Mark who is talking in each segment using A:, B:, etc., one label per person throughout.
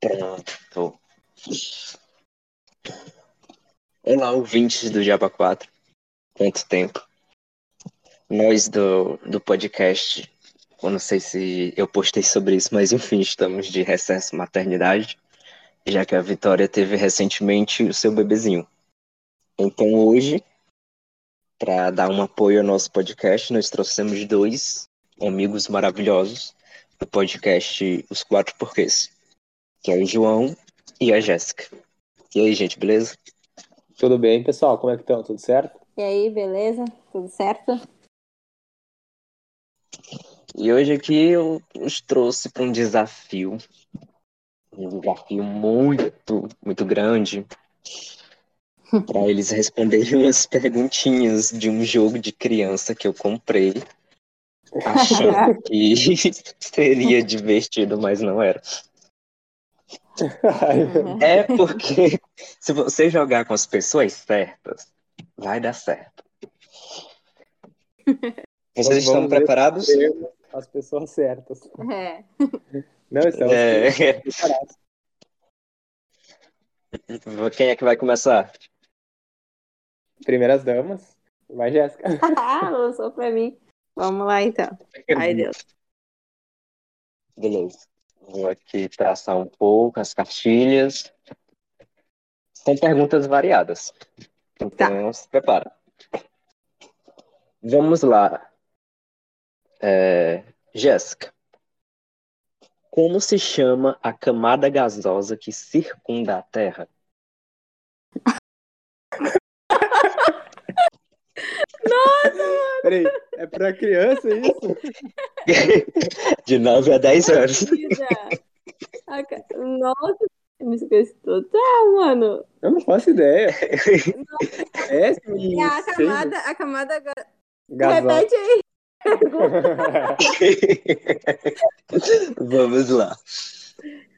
A: Pronto. Olá, ouvintes do Java 4. Quanto tempo? Nós do, do podcast, eu não sei se eu postei sobre isso, mas enfim, estamos de recesso maternidade, já que a Vitória teve recentemente o seu bebezinho. Então hoje, para dar um apoio ao nosso podcast, nós trouxemos dois amigos maravilhosos do podcast Os Quatro Porquês, que é o João e a Jéssica. E aí, gente, beleza?
B: Tudo bem, pessoal? Como é que estão? Tudo certo?
C: E aí, beleza? Tudo certo?
A: E hoje aqui eu os trouxe para um desafio, um desafio muito, muito grande, para eles responderem umas perguntinhas de um jogo de criança que eu comprei, achando que seria divertido, mas não era.
C: Uhum.
A: É porque se você jogar com as pessoas certas, vai dar certo. Vocês estão
B: Vamos ver
A: preparados?
B: As pessoas certas.
C: É.
B: Não, estamos
A: É.
B: preparados.
A: Quem é que vai começar?
B: Primeiras damas. Vai, Jéssica.
C: Ah, lançou pra mim. Vamos lá, então. Ai, Deus.
A: Beleza. Vou aqui traçar um pouco as cartilhas. São perguntas variadas. Então, se prepara. Vamos lá. É, Jéssica, como se chama a camada gasosa que circunda a Terra?
B: Peraí, é pra criança isso?
A: De 9 a 10 anos.
C: Vida. A ca- Nossa, eu me esqueci total, mano.
B: Eu não faço ideia. Péssimo.
C: E É a
B: sem
C: camada, a camada. ga-
B: gasol.
C: Repete aí.
A: Vamos lá.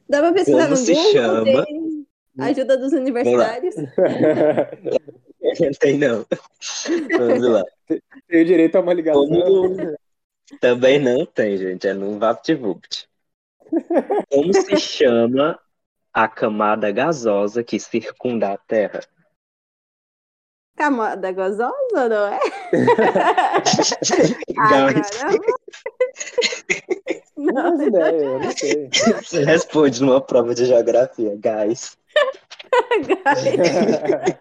C: Dá pra pesquisar
A: Como
C: no
A: se
C: Google?
A: chama?
C: Tem ajuda dos universitários.
A: Não tem não. Vamos lá.
B: Tenho direito a uma ligação.
A: Como- Também não tem, gente. É no VaptVupt. Como se chama a camada gasosa que circunda a Terra?
C: Camada gozosa, não é?
A: Gal-
C: Agora
B: Não
C: Não,
B: faço ideia, eu não sei.
A: Você responde numa prova de geografia, gás. né?
C: guys.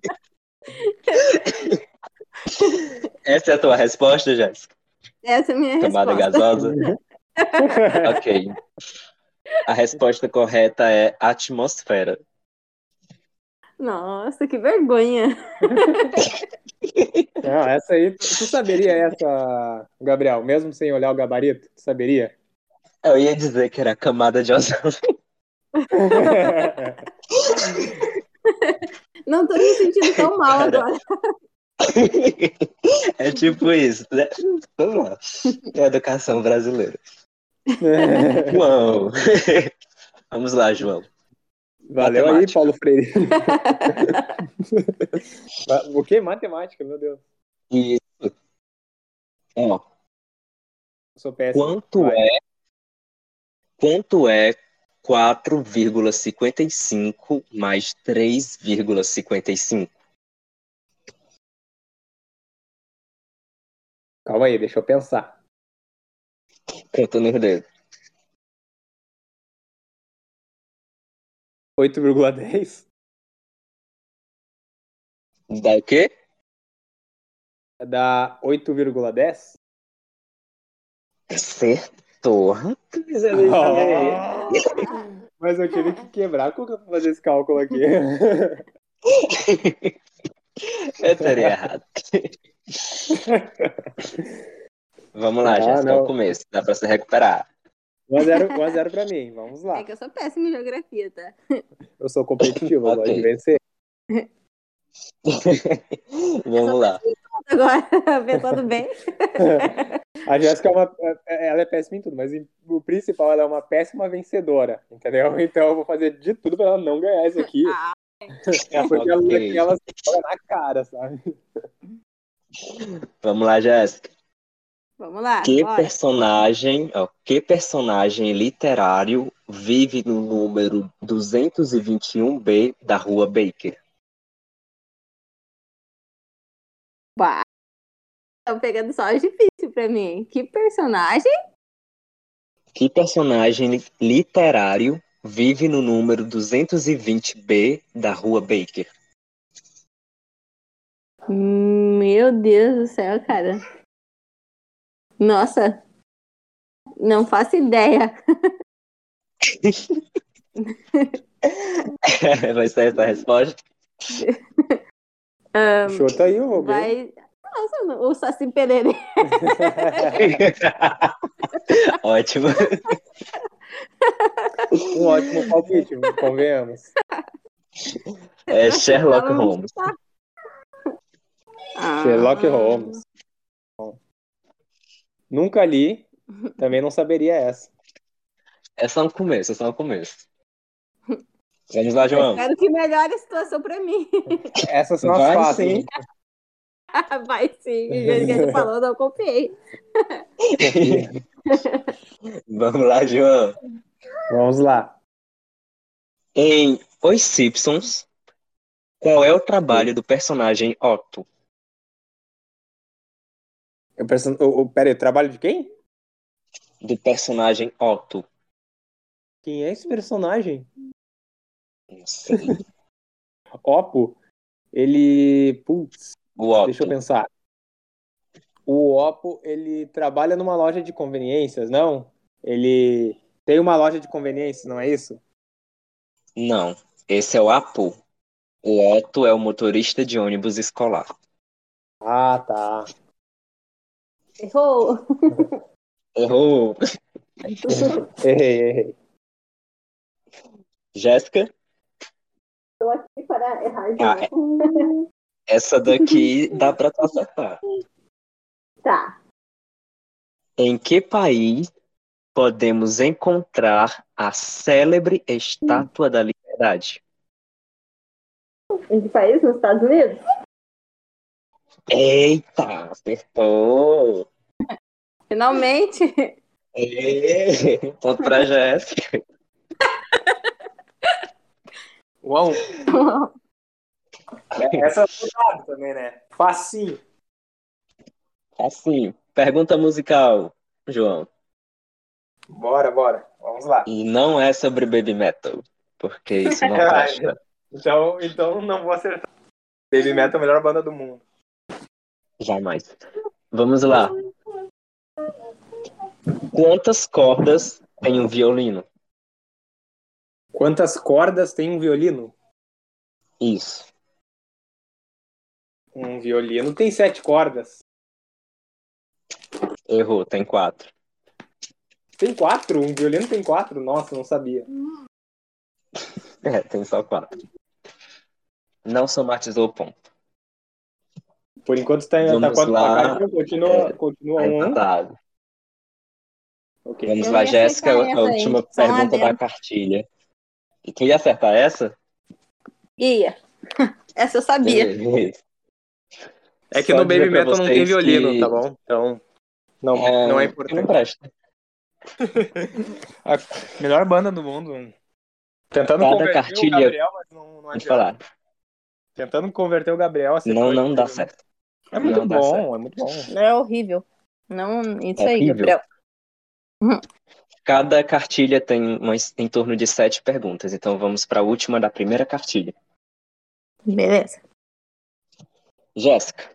A: Essa é a tua resposta, Jéssica?
C: Essa é a minha
A: Camada
C: resposta.
A: gasosa? ok. A resposta correta é atmosfera.
C: Nossa, que vergonha.
B: Não, essa aí, tu tu saberia essa, Gabriel, mesmo sem olhar o gabarito? Tu saberia?
A: Eu ia dizer que era camada de ozônio.
C: Não tô me sentindo tão mal
A: Cara.
C: agora.
A: é tipo isso, né? Vamos lá. É a educação brasileira. João. Vamos lá, João.
B: Valeu aí,
A: Matemática.
B: Paulo Freire. o que? Matemática, meu Deus.
A: Isso. Ó,
B: Eu sou péssimo.
A: quanto
B: Vai.
A: é quanto é 4,55 mais 3,55?
B: Calma aí, deixa eu pensar.
A: Conta no dedo.
B: 8,10?
A: Dá o quê?
B: Dá 8,10?
A: Acertou. Rapaz, eu nem sabia.
B: Ah, Mas eu tive que quebrar a cuca pra fazer esse cálculo aqui.
A: Eu estaria errado. Vamos lá,
B: Ah,
A: Jéssica, é o
B: não.
A: começo. Dá pra se recuperar.
B: 1x0 1x0 pra mim, vamos lá.
C: É que eu sou péssima em geografia, tá?
B: Eu sou competitivo, eu gosto de
A: Ok.
B: vencer.
A: Vamos lá.
C: Agora, pensando bem.
B: A Jéssica é uma, ela é péssima em tudo, mas em- o principal, ela é uma péssima vencedora, entendeu? Então eu vou fazer de tudo pra ela não ganhar isso aqui. É
C: Ah,
B: Porque ela,
A: Ok.
B: ela se joga na cara, sabe?
A: Vamos lá, Jéssica.
C: Vamos lá.
A: Que
C: bora.
A: personagem, ó, que personagem literário vive no número 221B da Rua Baker?
C: Bah. Estão pegando só os difíceis pra mim. Que personagem?
A: Que personagem li- literário vive no número 220B da Rua Baker?
C: Hum, Meu Deus do céu, cara. Nossa. Não faço ideia.
A: Vai ser essa a resposta?
B: Chuta tá aí, ô Rogê.
C: Vai. Nossa, o Saci Pererê.
A: Ótimo.
B: Um ótimo palpite, convenhamos.
A: É Sherlock
C: Tava-
A: Holmes.
C: Ah.
B: Sherlock Holmes. Bom. Nunca li, também não saberia essa.
A: É só um começo, é só um começo. Vamos lá, João.
C: Quero que melhore a situação pra mim.
B: Essas são as
A: Vai
B: fáceis.
A: sim.
B: né?
C: Vai sim. O jeito que ele falou, não confiei.
A: Vamos lá, João.
B: Vamos lá.
A: Em Os Simpsons, qual é o trabalho do personagem Otto?
B: Eu penso, o, o, pera aí, o trabalho de quem?
A: Do personagem Otto?
B: Quem é esse
C: Hum.
B: personagem?
A: Não sei.
B: Oppo. Ele. Putz,
A: O Otto.
B: deixa eu pensar. O Oppo, ele trabalha numa loja de conveniências, não? Ele tem uma loja de conveniências, não é isso?
A: Não, esse é o Apu. O Otto é o motorista de ônibus escolar.
B: Ah, tá.
C: Errou.
A: Errou.
C: Então,
B: É. Errei, errei.
A: Jéssica,
C: Estou aqui para errar de
A: Ah,
C: novo.
A: essa daqui dá pra tu acertar.
C: Tá.
A: Em que país podemos encontrar a célebre Estátua da Liberdade?
C: Em que país? Nos Estados Unidos?
A: Eita, acertou!
C: Finalmente.
A: Ê, É. Ponto pra Jéssica.
B: Uau. Essa é também, né? Facinho.
A: Assim, pergunta musical, João.
B: Bora, bora. Vamos lá.
A: E não é sobre baby metal, porque isso não
B: Ai,
A: presta.
B: Então, então não vou acertar. Baby Metal é a melhor banda do mundo.
A: Jamais. Vamos lá. Quantas cordas tem um violino?
B: Quantas cordas tem um violino?
A: Isso.
B: Um violino tem sete cordas.
A: Errou, tem quatro.
B: Tem quatro? Um violino tem quatro? Nossa, não sabia.
A: É, tem só quatro. Não somatizou o ponto.
B: Por enquanto tá, tá
A: Vamos
B: quatro
A: lá.
B: pra cá, então continua,
A: É.
B: continua
A: Tá
B: um. a um.
A: empatado.
B: Ok.
A: Vamos
C: Eu
A: lá,
C: ia
A: Jéssica,
C: acertar
A: a
C: essa aí,
A: última
C: só um
A: pergunta da
C: adendo.
A: cartilha. E tu ia acertar essa?
C: Ia. Essa eu sabia.
A: Beleza.
B: É que
A: Só
B: no
A: dizer
B: Baby
A: pra
B: Metal não
A: vocês
B: tem violino,
A: que-
B: tá bom? Então, não
A: É,
B: é, não é
A: Não
B: importante.
A: presta.
B: A melhor banda do mundo. Tentando
A: Cada
B: converter
A: cartilha-
B: o Gabriel, mas não, não
A: Vou te
B: adianta.
A: falar.
B: Tentando converter o Gabriel. assim,
A: Não,
B: foi-
A: não dá certo.
B: É muito
A: Não dá
B: bom,
A: certo.
B: é muito bom.
C: É horrível. Não, isso
A: É
C: aí,
A: horrível.
C: Gabriel.
A: Cada cartilha tem umas, em torno de sete perguntas. Então vamos para a última da primeira cartilha.
C: Beleza.
A: Jéssica.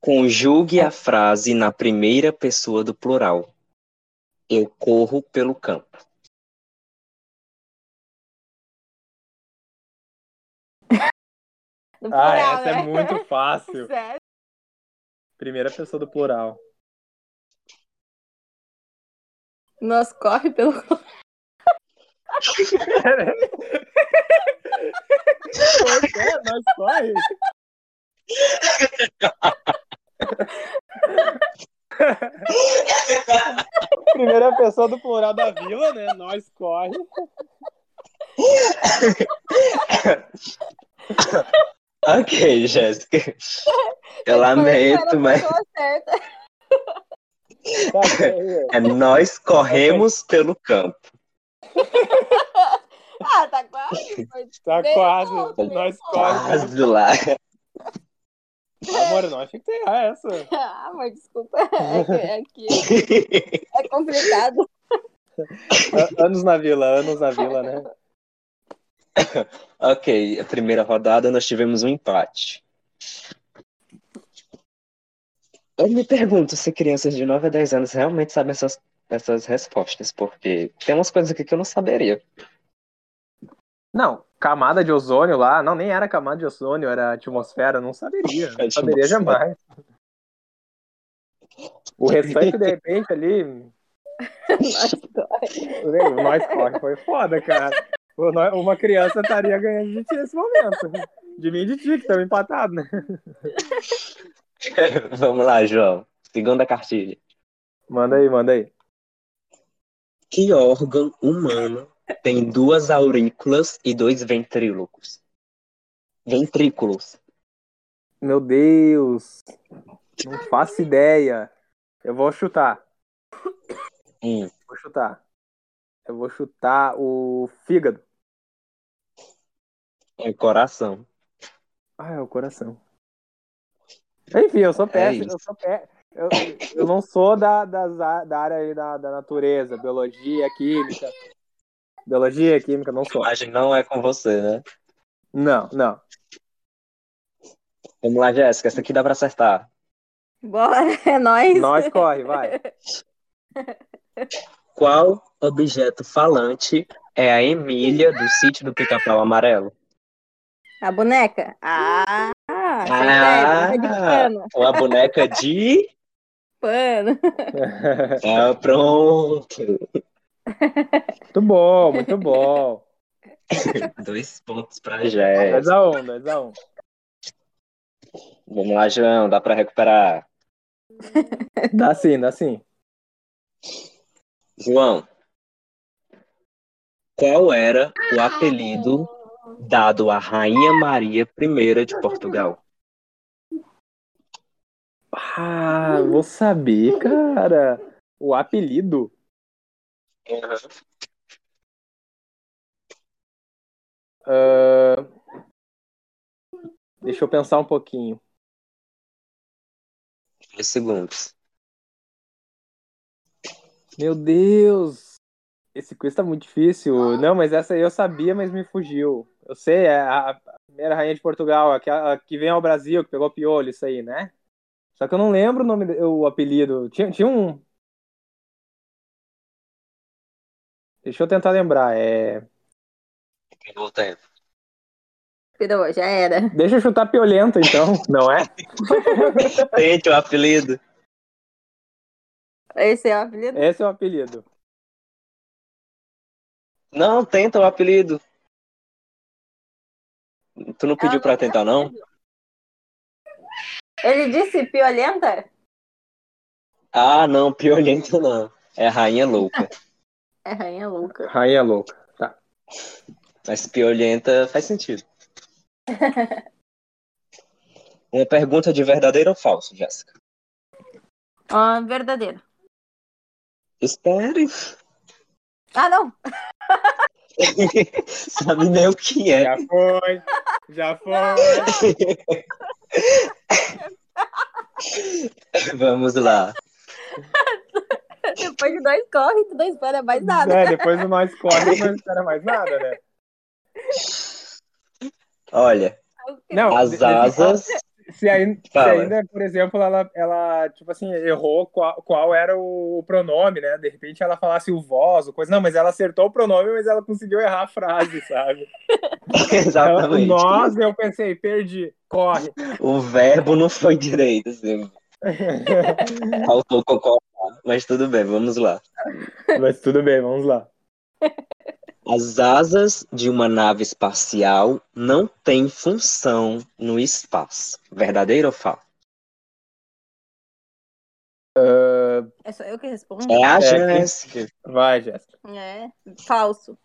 A: Conjugue a frase na primeira pessoa do plural. Eu corro pelo campo.
C: No
B: Ah,
C: plural,
B: essa é
C: né?
B: muito fácil.
C: Sério?
B: Primeira pessoa do plural.
C: Nós corre pelo. é,
B: Nós corre. Primeira pessoa do plural da vila, né? Nós corre.
A: Ok, Jéssica. Eu
C: Foi a
A: lamento, mas
C: pessoa certa.
B: Tá
A: É nós corremos pelo campo.
C: Ah, tá quase. foi
B: Tá
C: bem
B: quase.
C: alto, bem
B: Nós
C: alto.
B: quase.
A: Quase lá.
B: Amor, eu não achei que tem essa.
C: Ah, amor, desculpa. É que, é que é complicado.
B: A- Anos na vila, anos na vila, né?
A: ok, a primeira rodada nós tivemos um empate. Eu me pergunto se crianças de 9 a 10 anos realmente sabem essas, essas respostas, porque tem umas coisas aqui que eu não saberia.
B: Não, camada de ozônio lá, não, nem era camada de ozônio, era atmosfera, não saberia, não saberia
A: Atmosfera.
B: jamais. O restante, de repente, ali, o nós corre, foi foda, cara. O nó- Uma criança estaria ganhando de ti nesse momento. De mim e de ti, que estamos empatados, né?
A: Vamos lá, João. Segunda cartilha.
B: Manda aí, manda aí.
A: Que órgão humano tem duas aurículas e dois ventrílocos? Ventrículos.
B: Meu Deus, não faço ideia. Eu vou chutar,
A: Hum,
B: vou chutar. Eu vou chutar o fígado.
A: é coração.
B: Ah, é o coração. Enfim, eu sou péssimo,
A: isso.
B: eu sou pé- Eu, eu não sou da, das a- da área aí da, da natureza, biologia, química. Biologia, química, não sou.
A: Imagem não é com você, né?
B: Não, não.
A: Vamos lá, Jéssica. Essa aqui dá pra acertar.
C: Bora, é nóis.
B: Nós corre, vai.
A: Qual objeto falante é a Emília do sítio do Pica-Pau Amarelo?
C: A boneca? Ah,
A: Ah.
C: ah. de pano.
A: Uma boneca de.
C: Pano.
A: Ah, pronto!
B: Muito bom, muito bom.
A: Dois pontos pra
B: 2
A: Jéssica.
B: a 1, um, 2 a 1. Um.
A: Vamos lá, João. Dá pra recuperar.
B: Dá sim, dá sim.
A: João, qual era o apelido dado à Rainha Maria I de Portugal?
B: Ah, vou saber, cara. O apelido.
A: Uhum.
B: Ah, Deixa eu pensar um pouquinho.
A: Três segundos.
B: Meu Deus! Esse quiz tá muito difícil. Não, mas essa aí eu sabia, mas me fugiu. Eu sei, é a a primeira rainha de Portugal, aquela que vem ao Brasil, que pegou piolho, isso aí, né? Só que eu não lembro o nome, de- o apelido. Tinha, tinha um. Deixa eu tentar lembrar. É...
A: Acabou o tempo.
C: Pirou, já era.
B: Deixa eu chutar piolento, então, não é?
A: Tente o apelido.
C: Esse é o apelido?
B: Esse é o apelido.
A: Não, tenta o apelido. Tu não pediu
C: Ela
A: pra tentar, não?
C: Ele disse piolenta?
A: Ah, não, piolento não. É rainha louca.
C: É rainha louca.
B: Rainha louca.
A: Mas piolenta faz sentido. Uma pergunta de verdadeiro ou falso, Jéssica?
C: Ah, verdadeiro.
A: Espere.
C: Ah, não.
A: Sabe nem o que é.
B: Já foi! Já foi!
A: Vamos lá.
C: Depois de dois corre, tu não espera mais nada.
B: É, depois do nós corre, não espera mais nada, né?
A: Olha, É.
B: Não,
A: as
B: deixa eu
A: asas.
B: Se ainda, se
A: Fala.
B: ainda, por exemplo, ela, ela tipo assim, errou qual, qual era o pronome, né? De repente ela falasse o vós, ou coisa. Não, mas ela acertou o pronome, mas ela conseguiu errar a frase, sabe? Ela, o
A: Exatamente.
B: nós, eu pensei, perdi, corre.
A: O verbo não foi direito, assim. Faltou cocô, mas tudo bem, vamos lá.
B: mas tudo bem, vamos lá.
A: As asas de uma nave espacial não têm função no espaço. Verdadeiro ou falso?
C: É só eu que respondo?
A: É a
B: É,
A: Jéssica.
B: Vai, Jéssica.
C: É. Falso.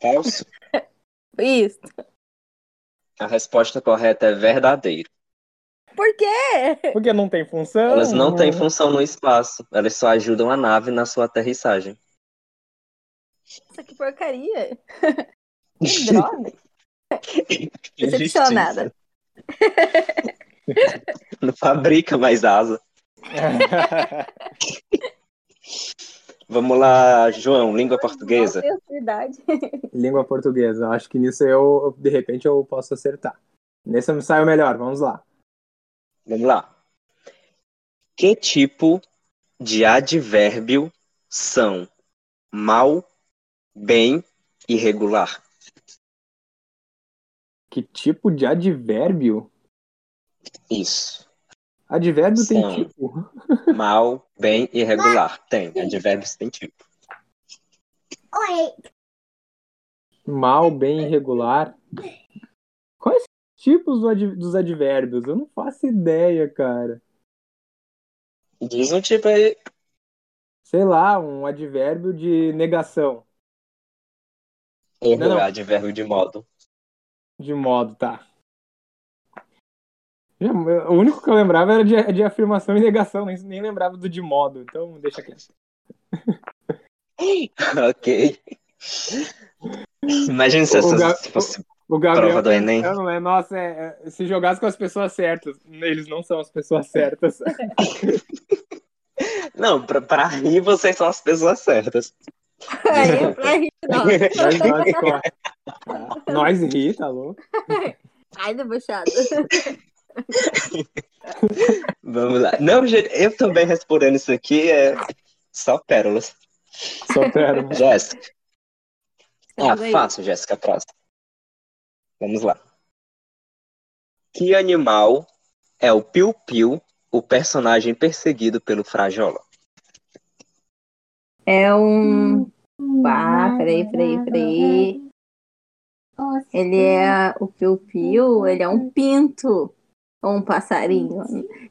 A: Falso?
C: Isso.
A: A resposta correta é verdadeiro.
C: Por quê?
B: Porque não tem função.
A: Elas não têm
B: Uhum.
A: função no espaço, elas só ajudam a nave na sua aterrissagem.
C: Nossa, que porcaria. Que droga. Decepcionada.
A: Não fabrica mais asa. Vamos lá, João, língua portuguesa.
C: Não tenho idade.
B: Língua portuguesa. Eu Acho que nisso eu, de repente, eu posso acertar. Nesse eu me saio melhor, vamos lá.
A: Vamos lá. Que tipo de advérbio são mal, bem e regular?
B: Que tipo de advérbio?
A: Isso.
B: Advérbio tem
A: Sim.
B: tipo.
A: Mal, bem e regular. Tem. Advérbios tem tipo.
D: Oi,
B: Mal, bem, irregular. Quais tipos do ad- dos advérbios? Eu não faço ideia, cara.
A: Diz um tipo aí.
B: Sei lá, um advérbio de negação. Não, não.
A: Advérbio de modo.
B: De modo, tá. Já- O único que eu lembrava era de, de afirmação e negação, nem, nem lembrava do de modo, então deixa quieto.
A: ok. Imagina se
B: O
A: essas
B: Ga-
A: se fosse
B: O
A: prova
B: Gabriel
A: do Enem.
B: Não, não é, nossa, é- é- se jogasse com as pessoas certas, eles não são as pessoas certas.
A: Não, pra, pra rir vocês são as pessoas certas.
C: Aí é pra rir, não.
B: Mas nós, co- nós ri, tá louco?
C: Ai, debochado.
A: Vamos lá. Não, gente, eu também respondendo isso aqui é só pérolas.
B: Só pera.
A: Jéssica. Ah,
C: Fala aí.
A: fácil, Jéssica, próxima. Vamos lá. Que animal é o Piu Piu, o personagem perseguido pelo Frajola?
C: É um. Pá, peraí, peraí, peraí. Ele é o piu-piu, ele é um pinto. Ou um passarinho.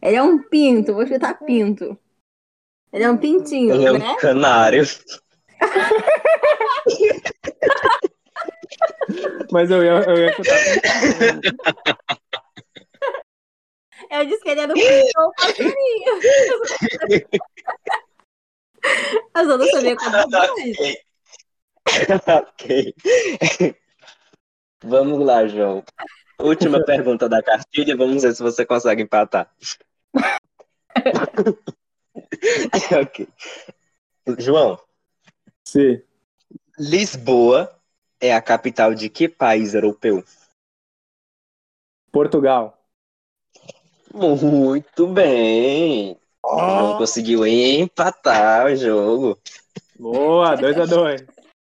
C: Ele é um pinto, vou chutar pinto. Ele é um pintinho,
A: Ele é
C: né?
A: um canário.
B: Mas eu ia, eu ia chutar
C: Eu disse que ele era um pinto ou um passarinho. Mas eu não sabia como fazer.
A: ok. vamos lá, João. Última pergunta da cartilha, vamos ver se você consegue empatar. ok. João,
B: Sim.
A: Lisboa é a capital de que país europeu?
B: Portugal.
A: Muito bem. Não conseguiu empatar o jogo.
B: Boa, 2x2.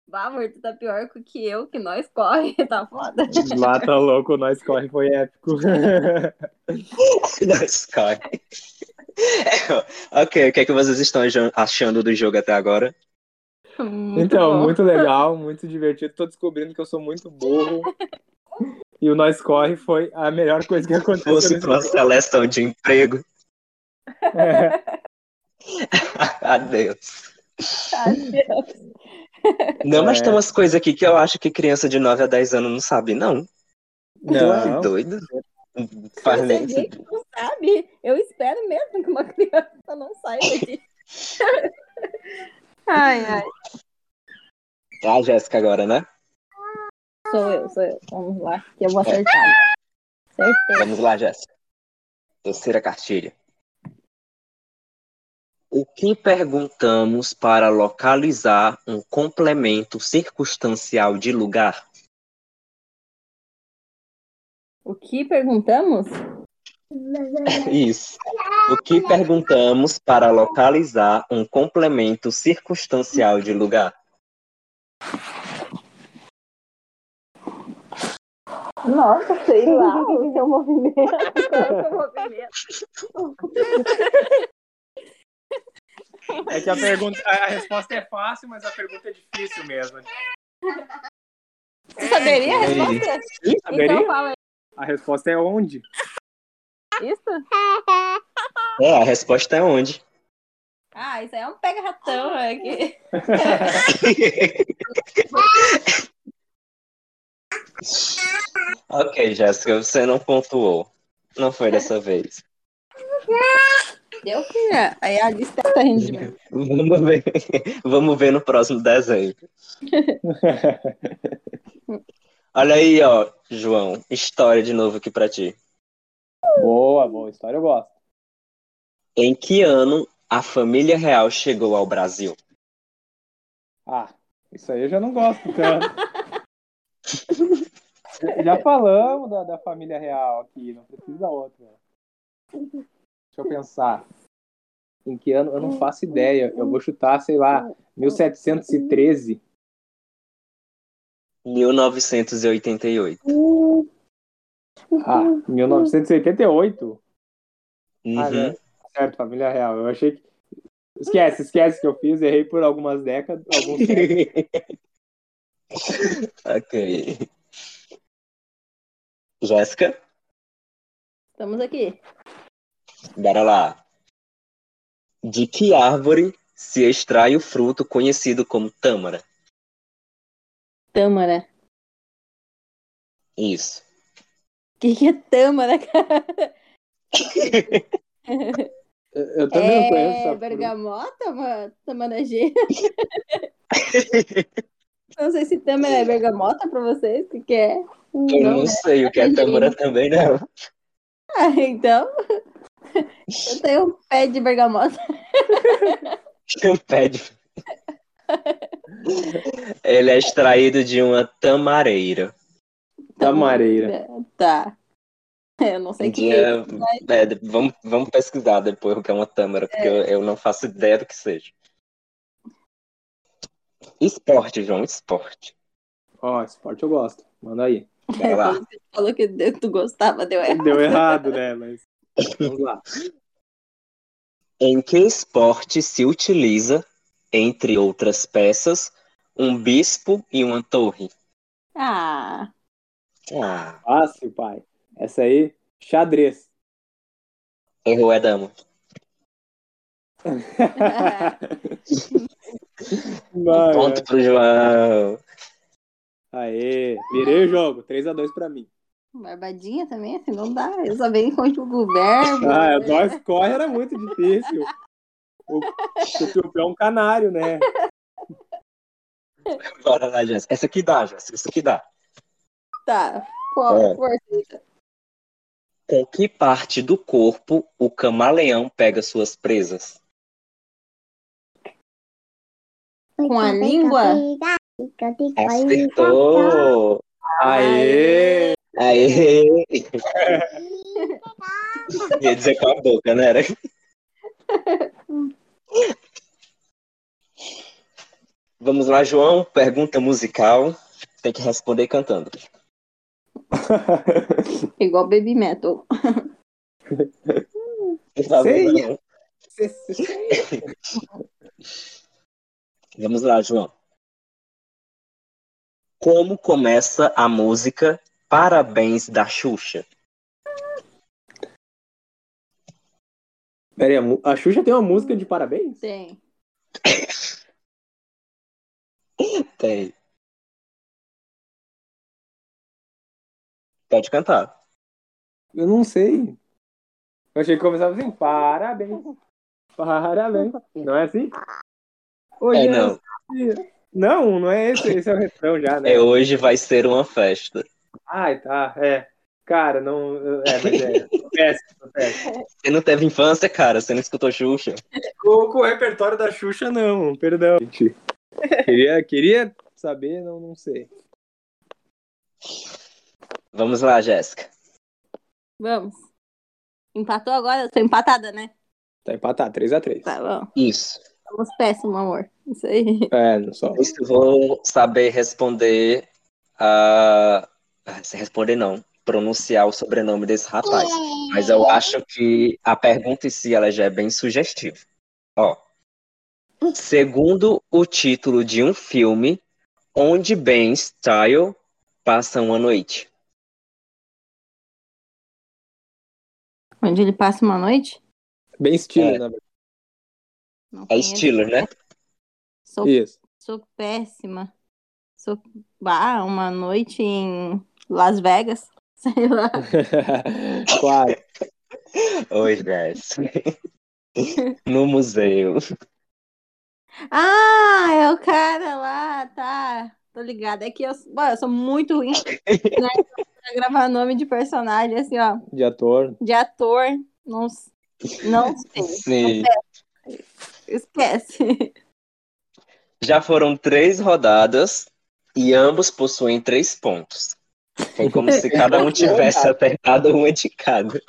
C: Bah, amor, tu tá pior que eu, que nós corre, tá foda.
B: Lá tá louco, nós corre, foi épico.
A: Nossa, cara. ok, o que é que vocês estão achando do jogo até agora?
C: Muito
B: Então,
C: bom.
B: muito legal, muito divertido. Tô descobrindo que eu sou muito burro. E o Nós Corre foi a melhor coisa que aconteceu.
A: fosse
B: nesse
A: para uma seleção de emprego.
B: É.
A: Adeus.
C: Adeus.
A: Não, mas
B: É.
A: tem umas coisas aqui que eu acho que criança de 9 a 10 anos não sabe, não. é
B: Não.
A: Doido. Faz
C: Você
A: nem-
C: vê que não sabe. Eu espero mesmo que uma criança não saia daqui. ai, ai.
A: Ah, Jéssica, agora, né?
C: Sou eu, sou eu. Vamos lá, que eu vou acertar. Acertei.
A: Vamos lá, Jéssica. Terceira cartilha. O que perguntamos para localizar um complemento circunstancial de lugar?
C: O que perguntamos?
A: Isso. O que perguntamos para localizar um complemento circunstancial de lugar?
C: Nossa, sei lá, o seu movimento. Qual é o seu movimento?
B: É que a pergunta, a a resposta é fácil, mas a pergunta é difícil mesmo.
C: Você saberia
B: É
A: a
C: responder?
A: resposta?
C: Então fala aí.
B: A resposta é onde?
C: isso.
A: É, a resposta é onde?
C: Ah, isso aí é um pega-ratão. É que...
A: ok, Jéssica, você não pontuou. Não foi dessa vez.
C: Deu que é. Aí a lista tá rindo de mim.
A: Vamos ver. Vamos ver no próximo desenho. Olha aí, ó, João. História de novo aqui pra ti.
B: Boa, boa. História eu gosto.
A: Em que ano a família real chegou ao Brasil?
B: Ah, isso aí eu já não gosto tanto. já falamos da, da família real aqui, não precisa da outra. Deixa eu pensar. Em que ano? Eu não faço ideia. Eu vou chutar, sei lá, 1713.
A: 1988.
B: Ah, 1988?
A: Uhum.
B: Ah, né? Certo, família real. Eu achei que. Esquece, esquece que eu fiz, errei por algumas décadas, alguns séculos.
A: ok. Jéssica,
C: Estamos aqui.
A: bora lá. De que árvore se extrai o fruto conhecido como tâmara?
C: Tâmara.
A: Isso.
C: O que, que é Tâmara, cara?
B: Eu, eu também não conheço
C: é
B: essa fruta.
C: bergamota, mano? Tamaragê? não sei se Tâmara é bergamota pra vocês, o que, que é?
A: Eu não,
C: Não, né?
A: sei o que é tâmara também, não.
C: Ah, então. Eu tenho um pé de bergamota.
A: um Champede. Ele é extraído de uma tamareira.
B: Tamareira.
C: Tá. Eu não sei o que é.
A: É, é, de- vamos, vamos pesquisar depois o que é uma tâmara, porque eu, eu não faço ideia do que seja. Esporte, João, esporte.
B: Ó, esporte eu gosto. Manda aí.
A: Vai lá.
C: Você falou que tu gostava, deu errado.
B: Deu errado, né? Mas. Vamos lá.
A: Em que esporte se utiliza, entre outras peças, um bispo e uma torre?
C: Ah,
A: Ah,
B: Fácil, pai. Essa aí, xadrez.
A: errou é dama.
B: Mano.
A: Ponto pro João.
B: Aê, virei o jogo. 3x2 pra mim.
C: barbadinha também, assim, não dá. Eu só venho com o verbo.
B: Ah, o nós corre era muito difícil. O, o Piu-Piu é um canário, né?
A: Bora lá, Jéssica. Essa aqui dá, Jéssica. Essa aqui dá.
C: Tá, por
A: É.
C: favor.
A: Com que parte do corpo o camaleão pega suas presas?
D: Com
C: a língua?
A: Acertou!
B: Aê!
A: Aê! Ia dizer com a boca, né? Era- Vamos lá, João. Pergunta musical. Tem que responder cantando.
C: Igual Baby Metal.
A: Por favor,
B: Sim.
A: João. Vamos lá, João. Como começa a música Parabéns da Xuxa?
B: Pera aí, a mu- a Xuxa tem uma música de parabéns?
C: Tem.
A: Tem. Pode cantar.
B: Eu não sei. Eu achei que começava assim, parabéns. Parabéns. Não é assim? Hoje
A: É, não.
B: esse- Não, não é esse. Esse é o refrão já, né?
A: É, hoje vai ser uma festa.
B: Ai, tá. É. Cara, não. É, mas é. Péssimo, tô péssimo.
A: Você não teve infância, cara? Você não escutou Xuxa?
B: Com, com o repertório da Xuxa, não. Perdão. Gente, Queria, queria saber, não, não sei.
A: Vamos lá, Jéssica.
C: Vamos. Empatou agora? Eu tô empatada, né?
B: Tá empatado, 3x3.
C: Tá bom.
A: Isso.
C: Estamos péssimo, amor. Isso aí.
B: É, não só.
A: Isso eu vou saber responder a. ah, se Responder não. Pronunciar o sobrenome desse rapaz. Mas eu acho que a pergunta em si ela já é bem sugestiva. Ó. Segundo o título de um filme, onde Ben Style passa uma noite.
C: Onde ele passa uma noite?
B: Bem estilo,
A: É.
B: na verdade.
C: Não
A: É
C: conheço.
A: Stiller, né?
C: Sou,
B: Isso.
C: sou péssima. Sou. Bah, uma noite em Las Vegas. Sei lá.
B: Quase.
A: Oi, Jess. no museu.
C: Ah, é o cara lá, tá. Tô ligada. É que eu, bom, eu sou muito ruim né, pra gravar nome de personagem, assim, ó,
B: De ator.
C: de ator. Não, não sei.
A: Sim.
C: Esquece.
A: Já foram três rodadas e ambos possuem três pontos. Foi como se cada um tivesse apertado uma de cada.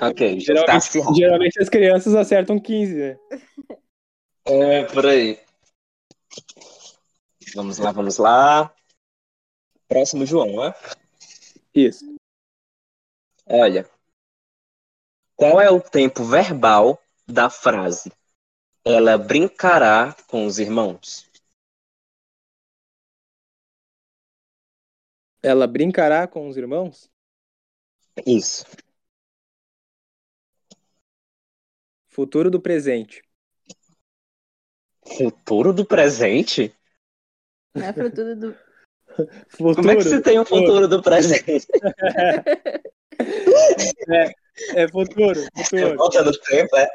A: ok, já está
B: Geralmente,
A: acirrado.
B: geralmente as crianças acertam 15, né?
A: É, por aí. Vamos lá, vamos lá. Próximo, João, né?
B: Isso.
A: Olha. Qual é o tempo verbal da frase? Ela brincará com os irmãos.
B: Ela brincará com os irmãos?
A: Isso.
B: Futuro do presente.
A: Futuro do presente?
C: Não é fruto do.
B: Futuro.
A: Como é que se tem o futuro do presente?
B: É futuro, futuro.
A: Volta no tempo, é?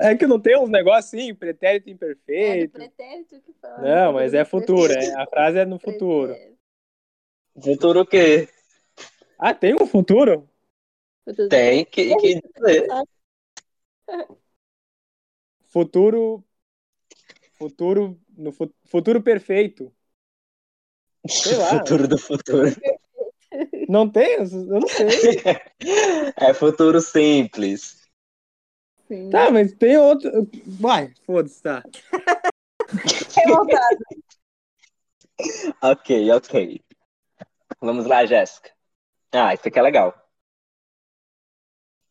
B: É que não tem uns negócios assim, pretérito
C: É do
B: imperfeito.
C: pretérito que fala.
B: Não, mas é futuro.
C: Pretérito.
B: é- a frase é no futuro.
A: Futuro o quê?
B: Ah, tem um futuro?
C: Futuro do-
A: Tem que, que dizer.
B: Futuro. Futuro. No fu- futuro perfeito. Sei lá.
A: Futuro do futuro.
B: Não tem? Eu não sei.
A: É futuro simples.
C: Sim.
B: Tá, mas tem outro. Vai, foda-se, tá.
C: Revoltado.
A: Ok, ok. Vamos lá, Jéssica. Ah, isso aqui é legal.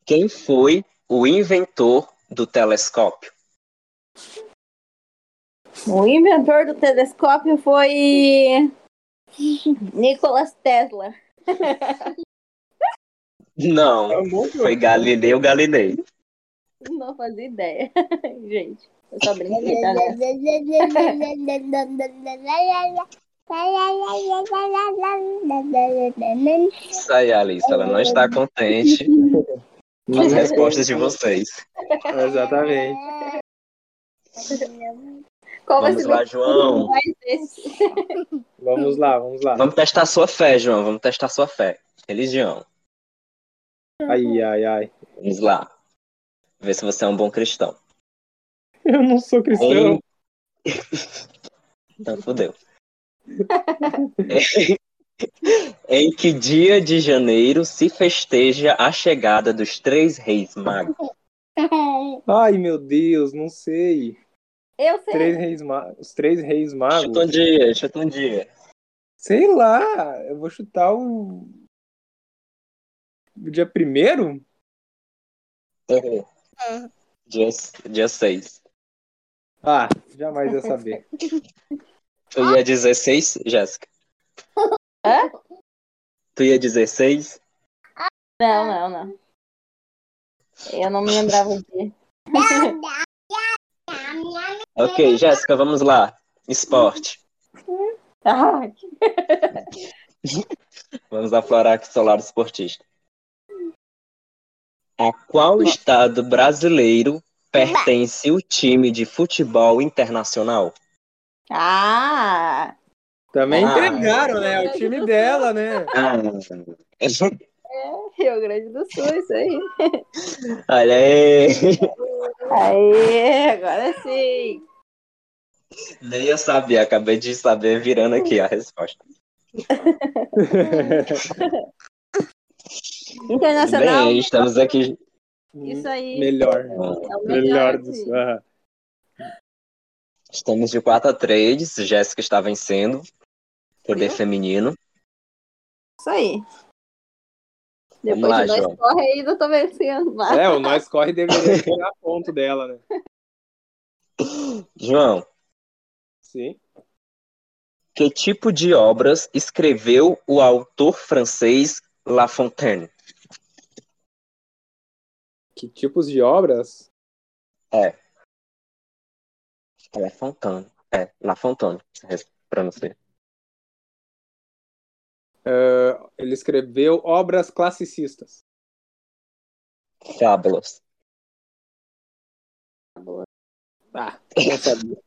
A: Quem foi o inventor do telescópio?
C: O inventor do telescópio foi. Nicolas Tesla.
B: É
A: Não,
B: um
A: foi Galileu Galilei.
C: Não fazia ideia. Gente, eu só brinquei, tá? né?
A: Isso aí, Alice, ela não está contente com as respostas de vocês.
B: Exatamente.
C: Qual vai
A: Vamos
C: ser
A: lá, João.
C: mais esse?
B: Vamos lá, vamos lá.
A: Tá, Vamos testar sua fé, João. Vamos testar sua fé. Religião.
B: Ai, ai, ai.
A: Vamos lá. Ver se você é um bom cristão.
B: Eu não sou cristão.
A: Então fodeu. É, em que dia de janeiro se festeja a chegada dos três reis magos?
B: Ai, meu Deus, não sei.
C: Eu sei.
B: Três reis ma... Os três reis magos.
A: Chuta um dia, chuta um dia.
B: Sei lá, eu vou chutar o. O dia primeiro?
A: Errou. Uhum. Dia, dia 6.
B: Ah, jamais ia saber.
A: Tu ia 16, Jéssica?
C: Hã?
A: Tu ia 16?
C: Não, não, não. Eu não me lembrava de.
A: Ok, Jéssica, vamos lá. Esporte.
C: Ah, que-
A: Vamos aflorar aqui o seu lado esportista. A qual estado brasileiro pertence o time de futebol internacional?
C: ah!
B: Também
A: Ah.
B: entregaram, né? O time dela, né?
A: Ah,
C: Rio Grande do Sul, isso aí.
A: olha aí.
C: Aê, agora sim.
A: Nem eu sabia, acabei de saber virando aqui a resposta.
C: Internacional.
A: Bem, estamos aqui.
C: Isso aí.
B: Melhor.
C: É o melhor.
B: Melhor ah.
C: do
B: dos.
C: sul.
B: Aham.
A: Estamos de 4 a 3. Jéssica está vencendo. Poder
C: Viu?
A: feminino.
C: Isso aí. Depois
A: lá,
C: de nós
A: João.
C: corre aí, eu tô vencendo. Vai.
B: É, o Nós Corre deveria tirar ponto dela, né?
A: João,
B: Sim.
A: que tipo de obras escreveu o autor francês La Fontaine?
B: Que tipos de obras?
A: La Fontaine. É, La Fontaine. se res- Pronuncia.
B: Uh, ele escreveu obras classicistas.
A: Fábulas.
B: Ah, não sabia.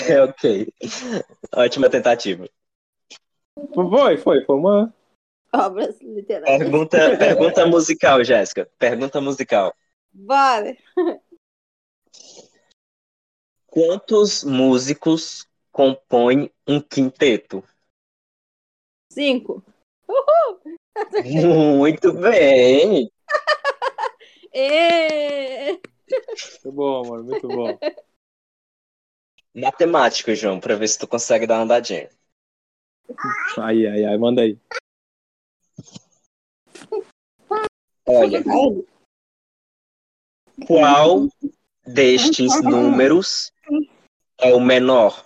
A: É, ok. Ótima tentativa.
B: Foi, foi, foi uma.
C: Obras literárias.
A: Pergunta, pergunta musical, Jéssica. Pergunta musical.
C: Bora!
A: Quantos músicos compõem um quinteto?
C: Cinco.
A: Muito bem!
C: Ê!
B: Muito bom, amor, muito bom.
A: Matemático, João, pra ver se tu consegue dar uma andadinha.
B: Aí, aí, aí, manda aí.
A: Olha, qual destes números é o menor?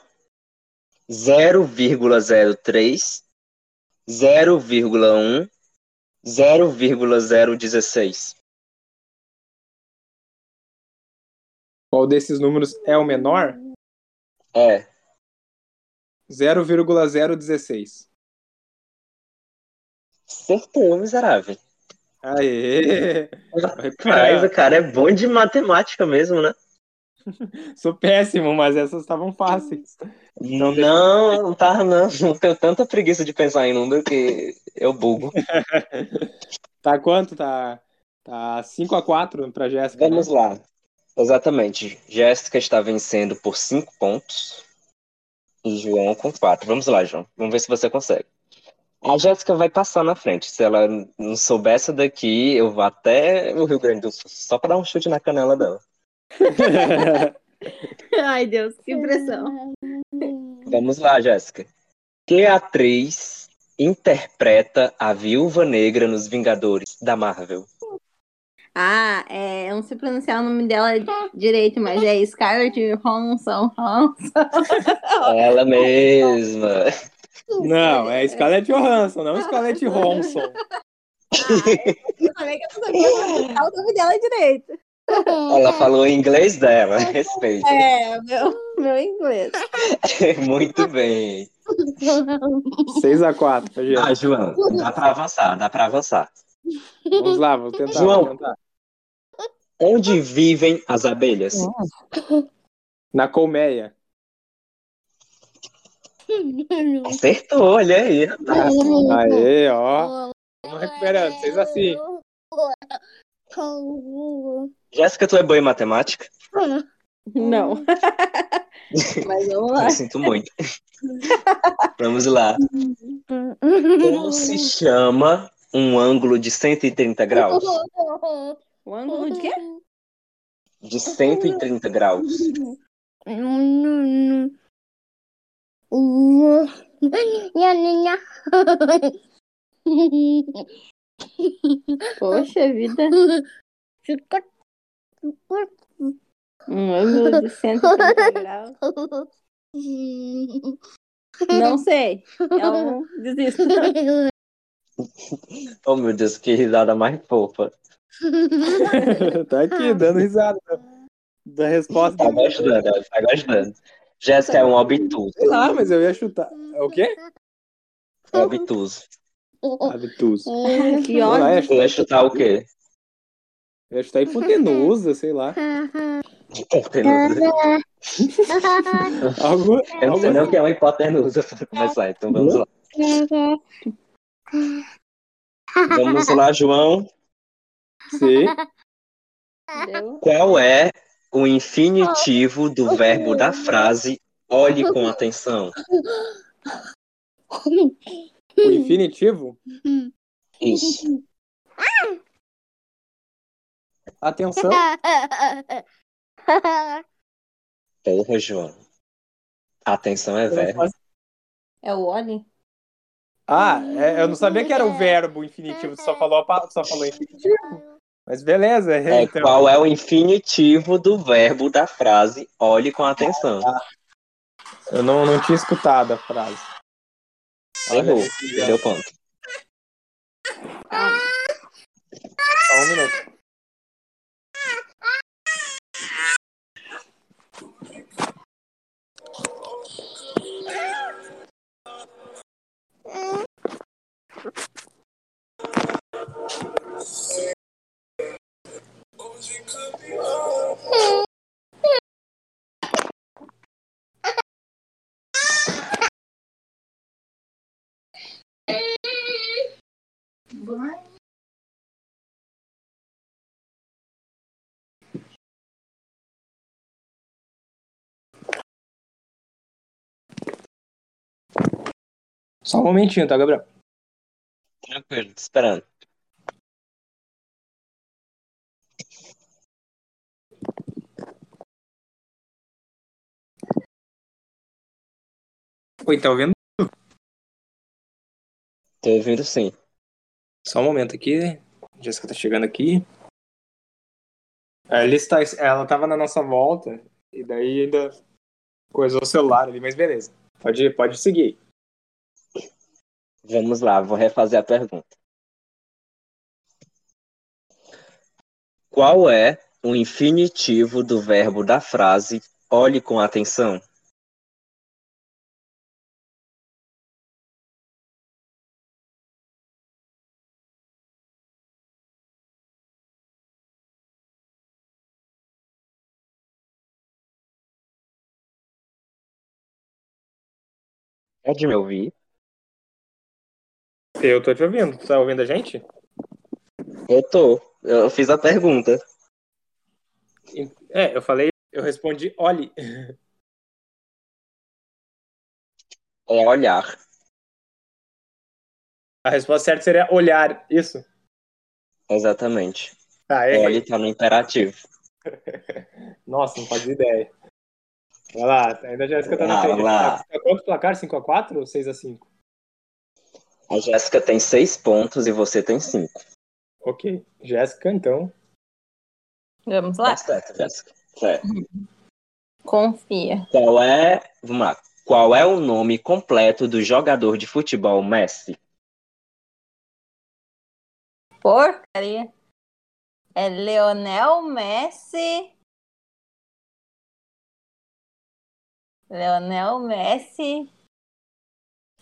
A: 0,03, 0,1, 0,016.
B: Qual desses números é o menor?
A: É,
B: 0,016.
A: acertou, miserável.
B: Aê!
A: Mas o cara é bom de matemática mesmo, né? é
B: Sou péssimo, mas essas estavam fáceis.
A: Não, não, não tá, não. Não tenho tanta preguiça de pensar em número que eu bugo.
B: Tá quanto? Tá, tá 5x4 pra Jéssica. né?
A: Vamos lá. Exatamente. Jéssica está vencendo por 5 pontos. E João com 4. Vamos lá, João. Vamos ver se você consegue. A Jéssica vai passar na frente. Se ela não souber essa daqui, eu vou até o Rio Grande do Sul só para dar um chute na canela dela.
C: Ai, Deus, que impressão.
A: Vamos lá, Jéssica. Que atriz interpreta a Viúva Negra nos Vingadores da Marvel?
C: Ah, é, eu não sei pronunciar o nome dela direito, mas é Scarlett Johansson.
A: Ela mesma.
B: Não, é Scarlett Johansson, não Scarlett Johansson.
C: é? Eu falei que eu não sabia pronunciar o nome dela direito.
A: Ela falou em inglês dela. Respeito.
C: É, meu, meu inglês.
A: Muito bem.
B: 6x4 pra Jéssica.
A: Ah, João, dá pra avançar, dá pra avançar.
B: Vamos lá, vou tentar.
A: João.
B: vou tentar.
A: Onde vivem as abelhas?
B: Na colmeia.
A: Acertou, olha aí. rapaz.
B: Aê, ó. Vamos recuperando, 6 a 5.
A: Jéssica, tu é boa em matemática?
C: Não. mas vamos lá.
A: Eu sinto muito. Vamos lá. Como se chama um ângulo de 130 graus?
C: O ângulo de quê?
A: De 130 graus.
C: Poxa vida. Um ângulo de 130 graus. Não sei. Eu desisto.
A: Oh, meu Deus, que risada mais fofa.
B: tá aqui, dando risada da- da resposta.
A: Tá me ajudando, ela tá me ajudando. Jéssica é um obtuso.
B: Sei lá, mas eu ia chutar. É O quê?
A: Um obtuso.
B: Habituso.
C: Que
B: Sei lá,
C: ódio.
B: ia
A: Tu vai chutar o quê?
B: Eu ia chutar hipotenusa, sei lá.
A: Hipotenusa.
B: Algo,
A: Eu não sei
B: algo
A: nem o que é uma hipotenusa pra começar, então vamos lá. Vamos lá, João.
B: assim.
C: Deu.
A: Qual é o infinitivo
B: Ah,
A: do verbo da frase olhe com atenção?
B: O infinitivo?
A: Isso.
B: Atenção.
A: Porra, João. Atenção
B: Então,
A: é verbo.
C: É o Oli?
B: Ah, é, eu não sabia que era o verbo infinitivo, tu só falou, a pa- só falou infinitivo. Mas beleza, é,
A: É,
B: então.
A: qual é o infinitivo do verbo da frase olhe com atenção?
B: Eu não, não tinha escutado a frase.
A: Errou.
B: Ah, Olha aí,
A: Perdeu ponto.
B: Só um minuto. Só um momentinho, tá, Gabriel?
A: Tranquilo, tô esperando.
B: Oi, tá ouvindo?
A: Tô ouvindo sim.
B: Só um momento aqui. A Jéssica tá chegando aqui. Ela, está, ela tava na nossa volta e daí ainda coisou o celular ali, mas beleza. Pode, pode seguir.
A: Vamos lá, vou refazer a pergunta. Qual é o infinitivo do verbo da frase olhe com atenção? Pode me ouvir?
B: Eu tô te ouvindo. Tu tá ouvindo a gente?
A: Eu tô. Eu fiz a pergunta.
B: É, eu falei, eu respondi, olhe.
A: É olhar.
B: A resposta certa seria olhar, isso?
A: Exatamente.
B: Tá, é.
A: Olhe tá no imperativo.
B: Nossa, não fazia ideia. Vai lá, ainda a Jéssica tá na
A: Ah, Vai
B: frente.
A: lá.
B: Tá, Qual que é o placar? 5x4 ou 6x5?
A: A Jéssica tem seis pontos e você tem cinco.
B: Ok. Jéssica, então.
C: Vamos
A: Tá
C: lá.
A: certo, Jéssica. Certo.
C: Confia.
A: Qual é. Vamos lá. Qual é o nome completo do jogador de futebol Messi?
C: Porcaria. É Leonel Messi. Leonel Messi.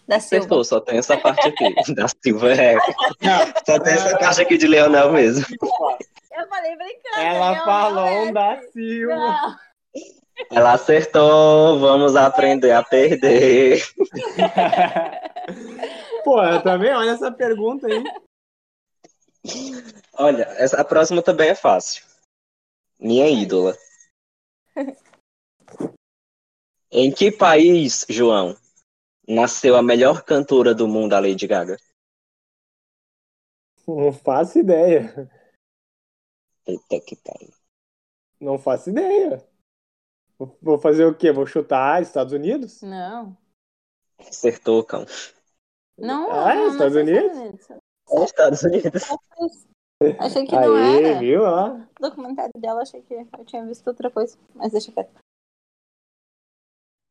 C: Da Silva.
A: Acertou, só tem essa parte aqui. Da Silva é.
B: Não,
A: Só tem essa parte aqui de Leonel mesmo.
C: Eu falei brincando.
B: ela
C: Leonel
B: falou um
C: Messi.
B: da Silva.
C: é assim. Não.
A: Ela acertou, vamos aprender a perder.
B: Pô, eu também, olha essa pergunta aí.
A: Olha, essa, a próxima também é fácil. Minha ídola. Em que país, João, nasceu a melhor cantora do mundo, a Lady Gaga?
B: Não faço ideia.
A: Eita que pariu.
B: Não faço ideia. Vou- Vou fazer o quê? Vou chutar Estados Unidos?
C: Não.
A: Acertou, cão.
C: Não.
B: Ah,
C: não, não
B: Estados
C: sei
B: Unidos?
C: Unidos.
A: É Estados Unidos.
C: Achei que não
B: Aí,
C: era.
B: viu? Ó.
C: O documentário dela, achei que eu tinha visto outra coisa. Mas deixa quieto.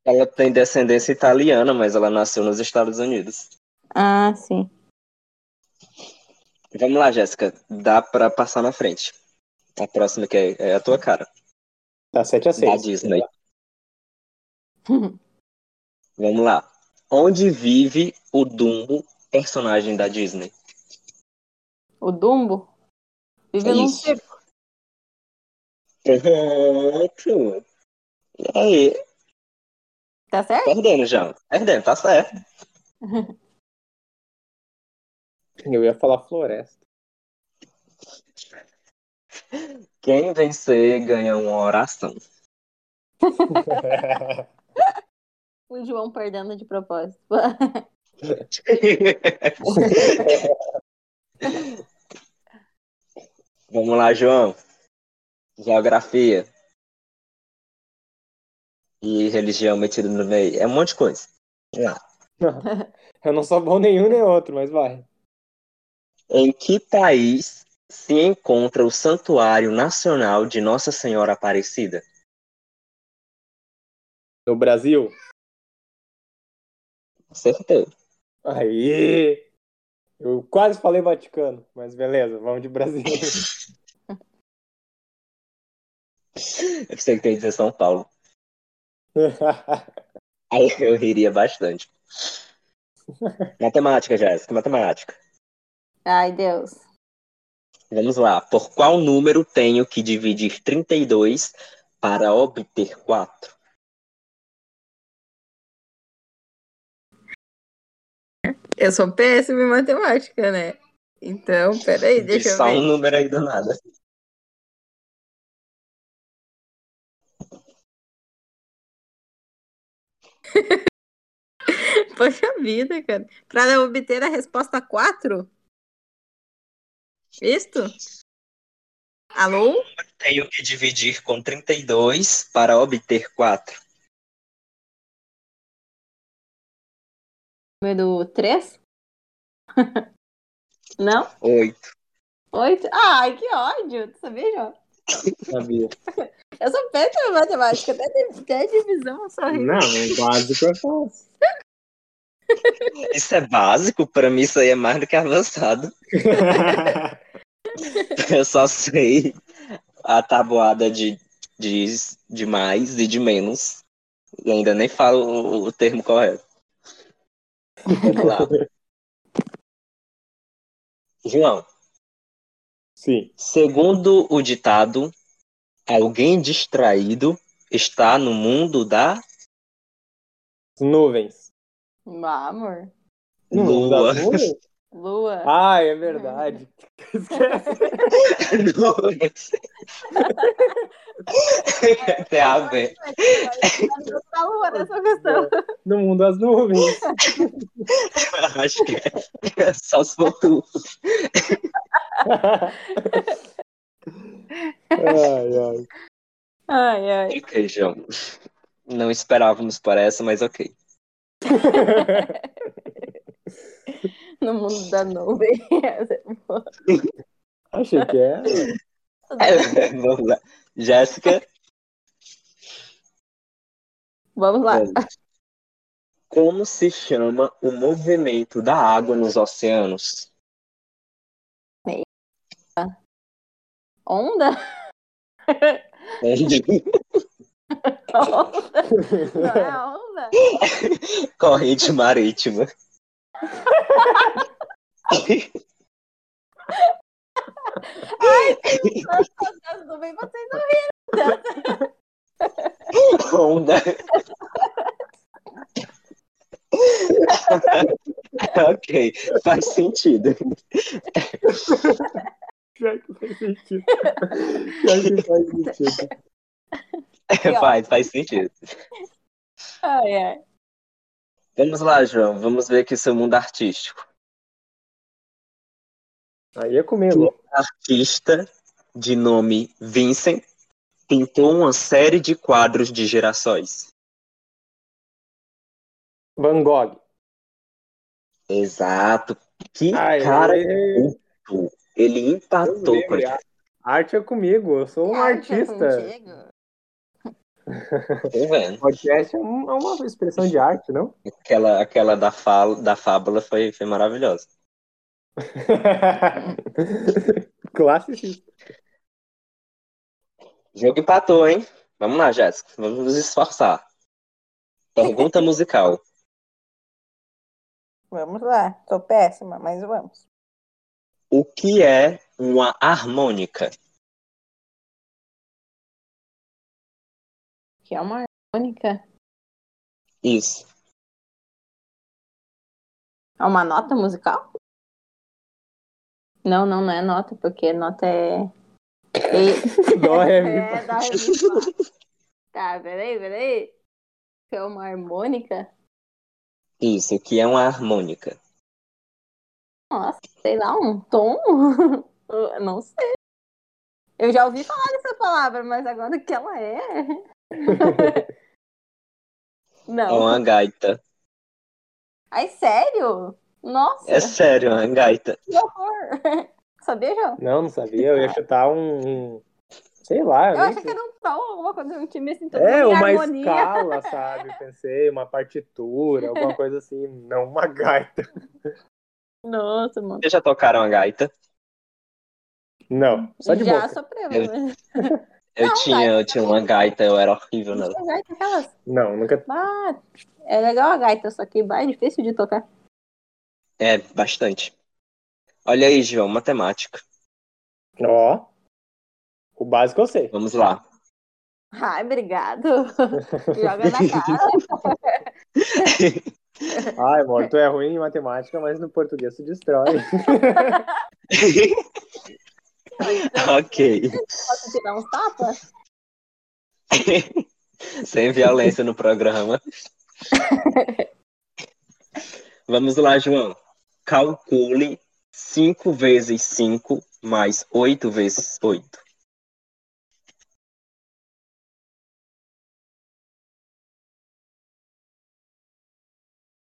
A: Ela tem descendência italiana, mas ela nasceu nos Estados Unidos.
C: Ah, sim.
A: Vamos lá, Jéssica. Dá pra passar na frente. A próxima que é, é a tua cara.
B: Tá 7 a
A: Da
B: 6.
A: Disney. Vamos lá. Onde vive o Dumbo, personagem da Disney?
C: O Dumbo vive num
A: Isso.
C: circo.
A: Pronto. E aí,
C: Tá certo?
A: perdendo, João. Perdendo, tá certo.
B: Eu ia falar floresta.
A: Quem vencer ganha uma oração.
C: O João perdendo de propósito.
A: Vamos lá, João. Geografia. E religião metida no meio. É um monte de coisa. Vamos lá.
B: eu não sou bom nenhum nem outro, mas vai.
A: Em que país se encontra o Santuário Nacional de Nossa Senhora Aparecida?
B: No Brasil.
A: Acertei.
B: Aí! Eu quase falei Vaticano, mas beleza, vamos de Brasil.
A: Eu sei que tem que dizer São Paulo. Aí eu riria bastante. Matemática, Jéssica, matemática.
C: Ai, Deus.
A: Vamos lá. Por qual número tenho que dividir 32 para obter 4?
C: Eu sou péssima em matemática, né? Então, peraí, deixa
A: Diz só
C: eu ver.
A: um número aí do nada.
C: Poxa vida, cara. Para obter a resposta 4? Isto? Alô?
A: Tenho que dividir com 32 para obter 4.
C: Número 3? Não?
A: 8.
C: 8? Ai, que ódio! Tu sabia, João?
B: Sabia.
C: Eu sou péssima em matemática, até, div- até divisão eu sou horrível.
B: Não, o básico é fácil.
A: Isso é básico? Pra mim, isso aí é mais do que avançado. Eu só sei a tabuada de, de, de mais e de menos. E ainda nem falo o, o termo correto. Vamos lá. João,
B: Sim.
A: segundo o ditado, alguém distraído está no mundo da
B: Nuvens.
C: Ah, amor.
A: lua.
B: das nuvens?
C: Lua.
B: Ah, é verdade. Esquece.
A: é Tem é a ver.
C: Tá lua nessa questão.
B: né? No mundo das nuvens.
A: Acho que é. Só se for tu.
B: ai, ai.
C: Ai, ai.
A: Ok, João. Não esperávamos por essa, mas ok.
C: No mundo da nuvem. É,
B: Achei que é. era.
A: Vamos lá. Jéssica,
C: Vamos lá.
A: vamos. como se chama o movimento da água nos oceanos?
C: Onda? Onda? Não é onda?
A: Corrente marítima.
C: As nuvens vocês não
A: Onda. ok, faz sentido.
B: Já que faz sentido. Já que faz sentido.
A: faz, faz sentido.
C: Ai, ai.
A: Vamos lá, João. Vamos ver aqui seu mundo artístico.
B: Aí é comigo.
A: artista de nome Vincent pintou uma série de quadros de girassóis.
B: Van Gogh.
A: Exato. Que
B: Ai,
A: cara,
B: Ah, eu-
A: ele empatou
B: eu
A: com
B: lembro. Arte é comigo. Eu sou um
C: Ah, então é
B: artista.
A: Tô tá vendo.
B: Podcast é um- é uma expressão de arte, não?
A: Aquela, aquela da, fala, da fábula foi, foi maravilhosa.
B: Classicista.
A: O jogo empatou, hein? Vamos lá, Jéssica. Vamos nos esforçar. Pergunta musical.
C: Vamos lá. Tô péssima, mas vamos.
A: O que é uma harmônica?
C: Que é uma harmônica?
A: Isso.
C: É uma nota musical? Não, não, não é nota, porque nota é. E-
B: Dó, ré, mi,
C: É, dá ré, mi, fá. Tá, peraí, peraí. Que é uma harmônica?
A: Isso. O que é uma harmônica?
C: Nossa, sei lá, um tom? Eu Não sei. Eu já ouvi falar dessa palavra, mas agora o que ela é?
A: É
C: Não.
A: uma gaita.
C: Ai, sério? Nossa,
A: É sério, uma gaita.
C: que horror. Sabia, João?
B: Não, não sabia. Eu ia chutar um. um- Sei lá.
C: Eu
B: nem
C: acho que
B: sei.
C: era um tom, alguma coisa, um time assim, todo
B: É,
C: mundo em
B: uma
C: harmonia.
B: escala, sabe? Pensei, uma partitura, alguma coisa assim. Não uma gaita.
C: Nossa, mano.
A: Vocês já tocaram a gaita?
B: Não, só de
C: Já
B: boca. É,
C: sofreu,
A: Eu-
C: né?
A: Eu tinha, eu tinha uma gaita, eu era horrível nela.
C: Tinha gaita, aquelas-
B: Não, nunca.
C: Ah, é legal a gaita, só que bah, é difícil de tocar.
A: É, bastante. Olha aí, João, matemática.
B: Ó. O básico eu sei.
A: Vamos lá.
C: Ai, obrigado. Joga na cara.
B: Ai, amor, tu é ruim em matemática, mas no português tu destrói.
A: ok.
C: Posso um te dar uns tapas?
A: Sem violência no programa. Vamos lá, João. Calcule 5 vezes 5 mais 8 vezes 8.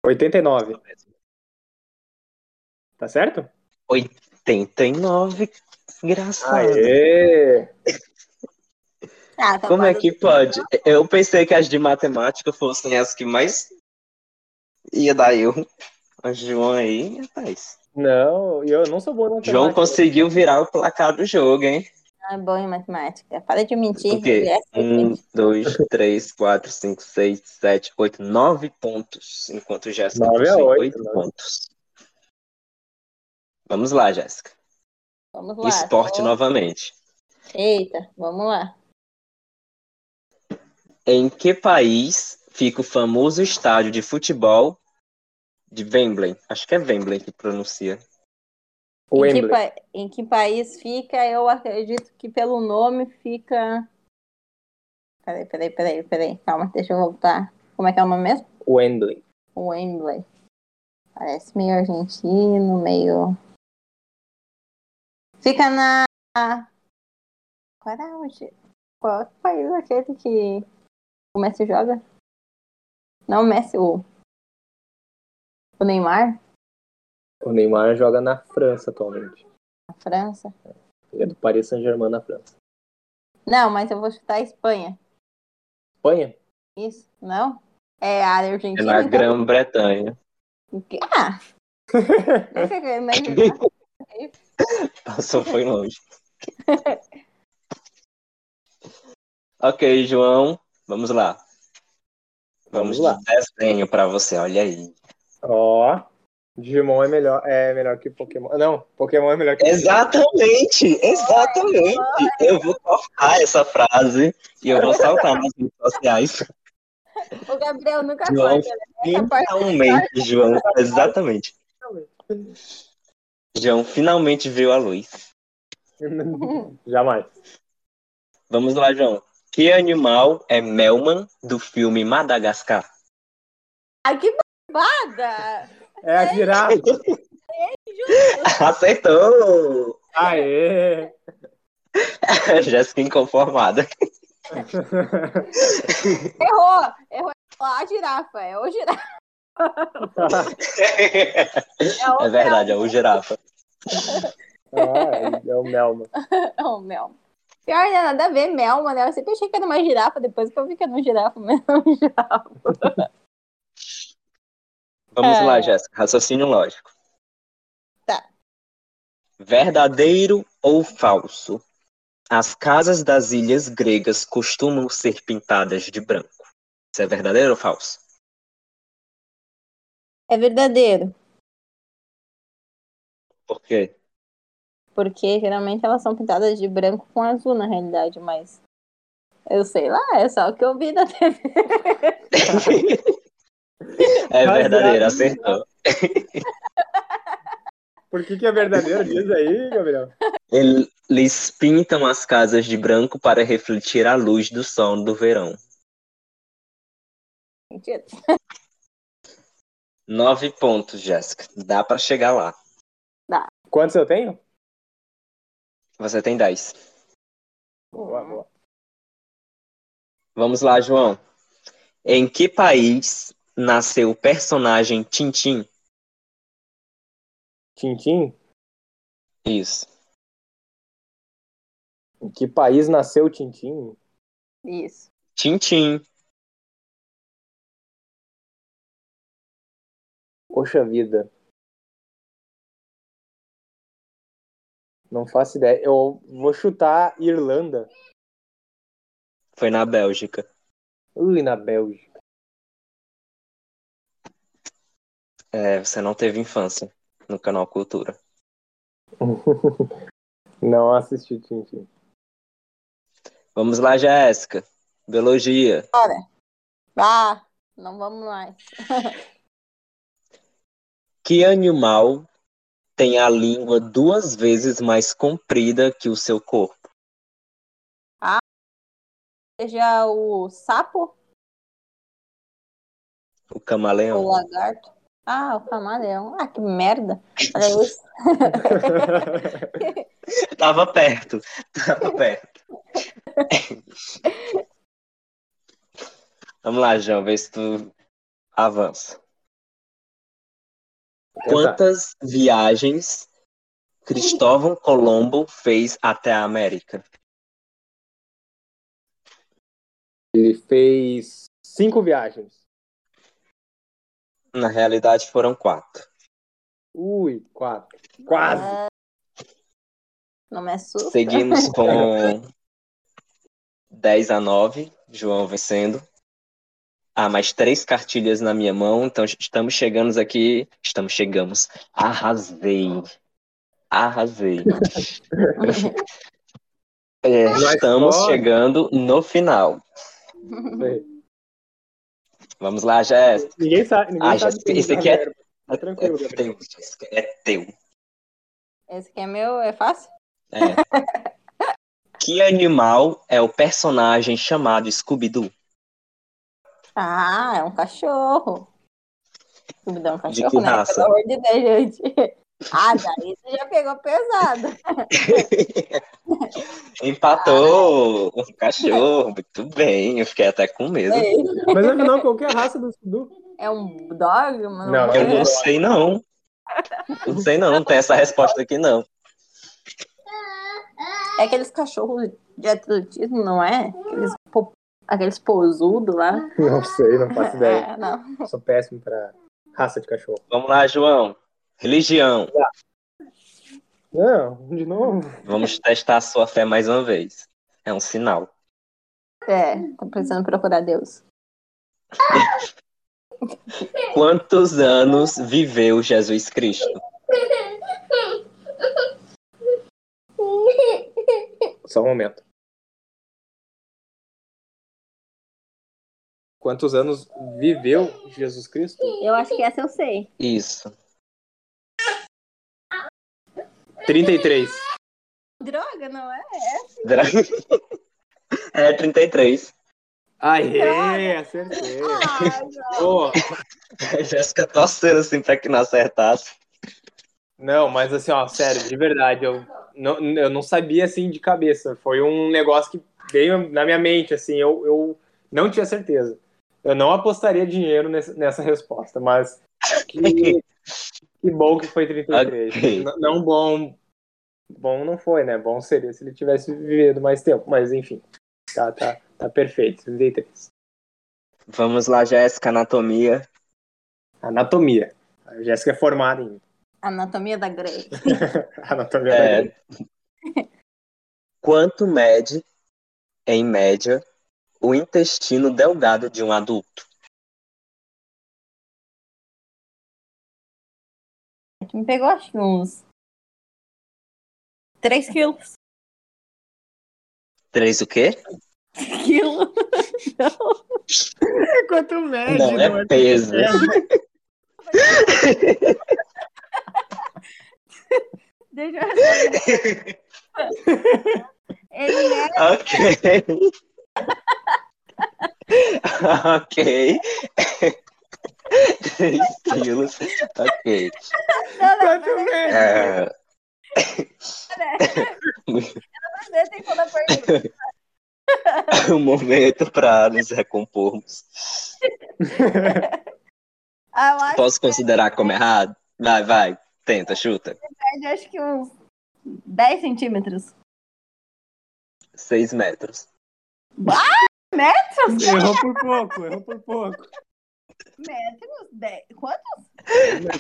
B: Oitenta e nove. Tá certo?
A: 89. Engraçado.
B: Aê!
C: Ah, tá
A: Como é
C: bom.
A: que pode? Eu pensei que as de matemática fossem as que mais ia dar erro. Mas João aí, rapaz.
B: Não, eu não sou bom em matemática.
A: João conseguiu virar o placar do jogo, hein?
C: Ah, é bom em matemática. Para de mentir. É assim
A: Por quê?
C: Jéssica,
A: Um,
C: gente.
A: dois, três, quatro, cinco, seis, sete, oito, nove pontos. Enquanto Jéssica
B: Nove a
A: possui
B: oito,
A: oito
B: né?
A: pontos. Vamos lá, Jéssica.
C: Vamos lá.
A: Esporte
C: Tô-
A: novamente.
C: Eita, vamos lá.
A: Em que país fica o famoso estádio de futebol de Wembley? Acho que é Wembley que pronuncia.
B: O
C: Em que,
B: Wembley.
C: pa- em que país fica? Eu acredito que pelo nome fica. Peraí, peraí, peraí, peraí. Calma, deixa eu voltar. Como é que é o nome mesmo?
B: Wembley.
C: Wembley. Parece meio argentino, meio. Fica na. Qual era o ge- Qual é o país aquele que o Messi joga? Não, o Messi, o. O Neymar,
B: O Neymar joga na França atualmente.
C: a França.
B: Ele é do Paris Saint-Germain na França.
C: Não, mas eu vou chutar a Espanha.
B: Espanha?
C: Isso? Não? É a área
A: É
C: argentina.
A: na
C: então?
A: Grã-Bretanha.
C: Que- Ah! né? Deixa eu ver, mas-
A: Só foi longe. ok, João, vamos lá. Vamos,
B: Vamos lá.
A: de desenho pra você, olha aí.
B: Ó. Digimon é melhor, é melhor que Pokémon. Não, Pokémon é melhor que
A: Exatamente, exatamente. Eu vou cortar essa frase e eu vou saltar nas redes sociais.
C: o Gabriel nunca
A: João.
C: corta, né? Essa parte
A: Finalmente, João, exatamente.
C: é
A: João finalmente veio à luz.
C: né?
B: Pokémon. Jamais.
A: Vamos lá, João. Que animal é Melman do filme Madagascar?
C: Ai, que babada!
B: É a girafa.
A: Acertou!
B: Aê!
A: Jéssica inconformada.
C: Errou! Errou a girafa, é o girafa.
A: é
C: o
A: verdade, é o girafa.
B: Ah, é o Melma.
C: Não, Mel. Pior, não é nada a ver, Melma, né? Eu sempre achei que era uma girafa, depois que eu vi que era uma girafa mesmo.
A: Vamos
C: É.
A: lá, Jéssica. Raciocínio lógico.
C: Tá.
A: Verdadeiro ou falso? As casas das ilhas gregas costumam ser pintadas de branco. Isso é verdadeiro ou falso?
C: É verdadeiro,
A: Por quê?
C: porque geralmente elas são pintadas de branco com azul, na realidade, mas... Eu sei lá, é só o que eu vi na TV.
A: é verdadeiro,
B: Baseado no-
A: acertou.
B: Por que, que é verdadeiro? Diz aí, Gabriel.
A: Eles pintam as casas de branco para refletir a luz do sol do verão.
C: Mentira.
A: Nove pontos, Jéssica. Dá pra chegar lá.
B: Quantos eu tenho?
A: Você tem dez.
B: Boa, boa.
A: Vamos lá, João. Em que país nasceu o personagem Tintim?
B: Tintim?
A: Isso.
B: Em que país nasceu o Tintim?
C: Isso.
A: Tintim.
B: Poxa vida. Não faço ideia. Eu vou chutar Irlanda.
A: Foi na Bélgica.
B: Ui, na Bélgica.
A: É, você não teve infância no canal Cultura.
B: Não assisti Tintin.
A: Vamos lá, Jéssica. Biologia.
C: Olha. Vá, Ah, não vamos mais.
A: Que animal tem a língua duas vezes mais comprida que o seu corpo?
C: Seja o sapo
A: O
C: ou
A: camaleão?
C: o lagarto. Ah, o camaleão. Ah, que merda. Olha isso.
A: Tava perto. Tava perto. Vamos lá, João, vê se tu avança. Quantas viagens Cristóvão Colombo fez até a América?
B: Ele fez cinco viagens.
A: Na realidade, foram quatro.
B: Ui, quatro. Quase.
C: Ah, Não me assusta.
A: Seguimos com 10 a 9, João vencendo. Ah, mais três cartilhas na minha mão, então estamos chegando aqui. Estamos chegamos. Arrasei. Arrasei. É,
B: Vai
A: estamos
B: fora.
A: chegando no final. Vamos lá, Jéssica.
B: Ninguém sabe. Ninguém
A: Ah,
B: sabe
A: Jéssica,
B: quem
A: esse
B: tá
A: aqui é-
B: merda. Tá tranquilo,
A: É
B: Gabriel.
A: teu, Jéssica. É teu.
C: Esse aqui é meu, é fácil?
A: É. que animal é o personagem chamado Scooby-Doo?
C: Ah, é um cachorro. Tu me dá um
A: De
C: cachorro,
A: que
C: né?
A: raça?
C: Pelo amor de Deus, gente. Ah, daí tu já pegou pesado.
A: Empatou um cachorro, muito bem. Eu fiquei até com medo.
B: Mas afinal, qualquer raça do Scooby-Doo.
C: É um dog, mano? É
B: Não,
A: Eu não sei, não. Não sei, não. Não tem essa resposta aqui, não.
C: É aqueles cachorros de atletismo, não é? Aqueles, po... aqueles pousudos lá.
B: Não sei, não faço ideia.
C: É, não.
B: Sou péssimo pra raça de cachorro.
A: Vamos lá, João. Religião.
B: Não, de novo.
A: Vamos testar a sua fé mais uma vez. É um sinal.
C: É, tá precisando procurar Deus.
A: Quantos anos viveu Jesus Cristo?
B: Só um momento. Quantos anos viveu Jesus Cristo?
C: Eu acho que essa eu sei.
A: Isso.
B: 33.
C: Droga, não é?
A: Dra- É 33.
B: Aê, acertei. Boa.
A: A É, Jéssica torcendo assim pra que não acertasse.
B: Não, mas assim, ó, sério, de verdade, eu não, eu não sabia assim de cabeça. Foi um negócio que veio na minha mente, assim, eu, eu não tinha certeza. Eu não apostaria dinheiro nesse- nessa resposta, mas que, que bom que foi 33.
A: Ok.
B: N- Não bom. Bom não foi, né? Bom seria se ele tivesse vivido mais tempo, mas enfim. Tá, tá, tá perfeito, 33.
A: Vamos lá, Jéssica, anatomia.
B: Anatomia. A Jéssica é formada em
C: Anatomia da Grey.
B: anatomia.
A: É.
B: da-
A: Quanto mede, em média, o intestino delgado de um adulto?
C: Tu me pegou, acho que uns 3 quilos.
A: 3 o quê?
C: Quilo?
B: Quanto mede,
A: Não, é peso.
C: Deixa eu responder. Ele é
A: ok. ok. 3 quilos. Ok.
B: Quanto mede?
A: É,
C: você tem toda a pergunta.
A: um momento para nos recompormos.
C: Ah, eu acho
A: Posso considerar como errado? Vai, vai. Tenta, chuta.
C: que mede, é acho que uns 10 centímetros.
A: 6 metros.
B: Errou por pouco, errou por pouco.
C: Metros? 10. Quantos?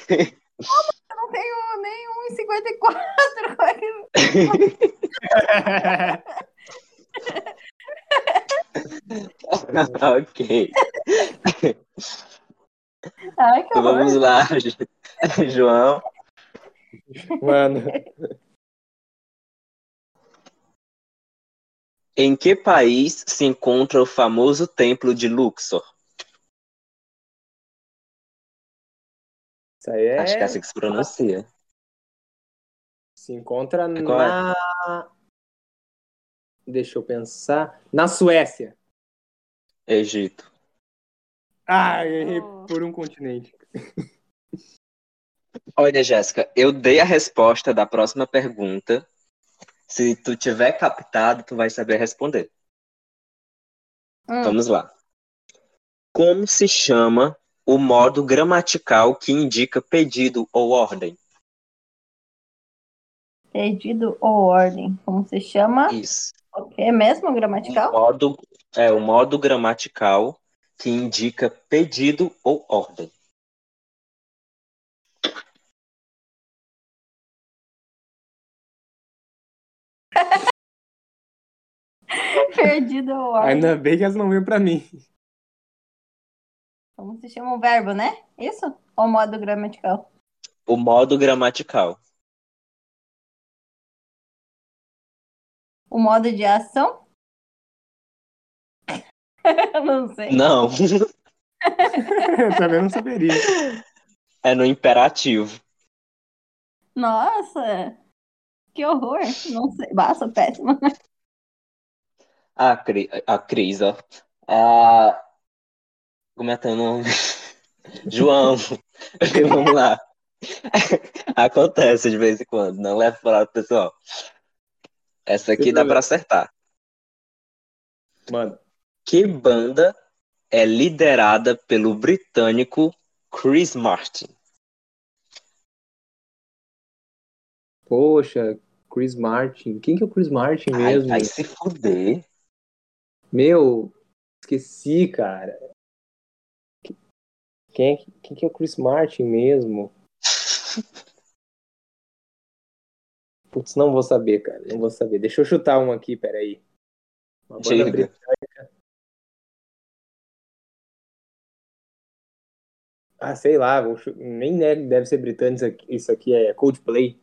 C: Eu não tenho nem 1,54. Como é que-
A: ok.
C: Ai, que horror.
A: Então Vamos lá, João.
B: Mano,
A: Em que país se encontra o famoso templo de Luxor?
B: Isso aí é...
A: Acho que é assim que se pronuncia.
B: Se encontra
A: Qual é?
B: na. Deixa eu pensar. Na Suécia.
A: Egito.
B: Ah, eu errei por um continente.
A: Olha, Jéssica, eu dei a resposta da próxima pergunta. Se tu tiver captado, tu vai saber responder. Vamos lá. Como se chama o modo gramatical que indica pedido ou ordem?
C: Pedido ou ordem? Como se chama?
A: Isso.
C: O quê mesmo?
A: O
C: Gramatical?
A: modo, é o modo gramatical que indica pedido ou ordem.
C: Perdido ou ordem?
B: Ainda bem que elas não vêm pra mim.
C: Como se chama o verbo, né? Isso? Ou modo gramatical?
A: O modo gramatical.
C: O modo de ação? Eu não sei.
A: Não,
B: Eu também não saberia.
A: é no imperativo.
C: Nossa! Que horror! Não sei. Basta, péssima.
A: A, Cri, a Cris, ó. A... Como é teu nome? João. Vamos lá. Acontece de vez em quando, não leva para o pessoal. Essa aqui
B: Sem
A: dá
B: problema.
A: para acertar.
B: Mano,
A: Que banda é liderada pelo britânico Chris Martin?
B: poxa, Chris Martin. Quem que é o Chris Martin
A: Ai,
B: mesmo?
A: vai se fuder.
B: Meu, esqueci, cara. Quem é, que- quem que é o Chris Martin mesmo? Putz, não vou saber, cara. Não vou saber. Deixa eu chutar um aqui, peraí. Uma banda
A: Diga.
B: britânica. Ah, sei lá, vou chu- nem é que deve ser britânico isso aqui- isso aqui, é Coldplay.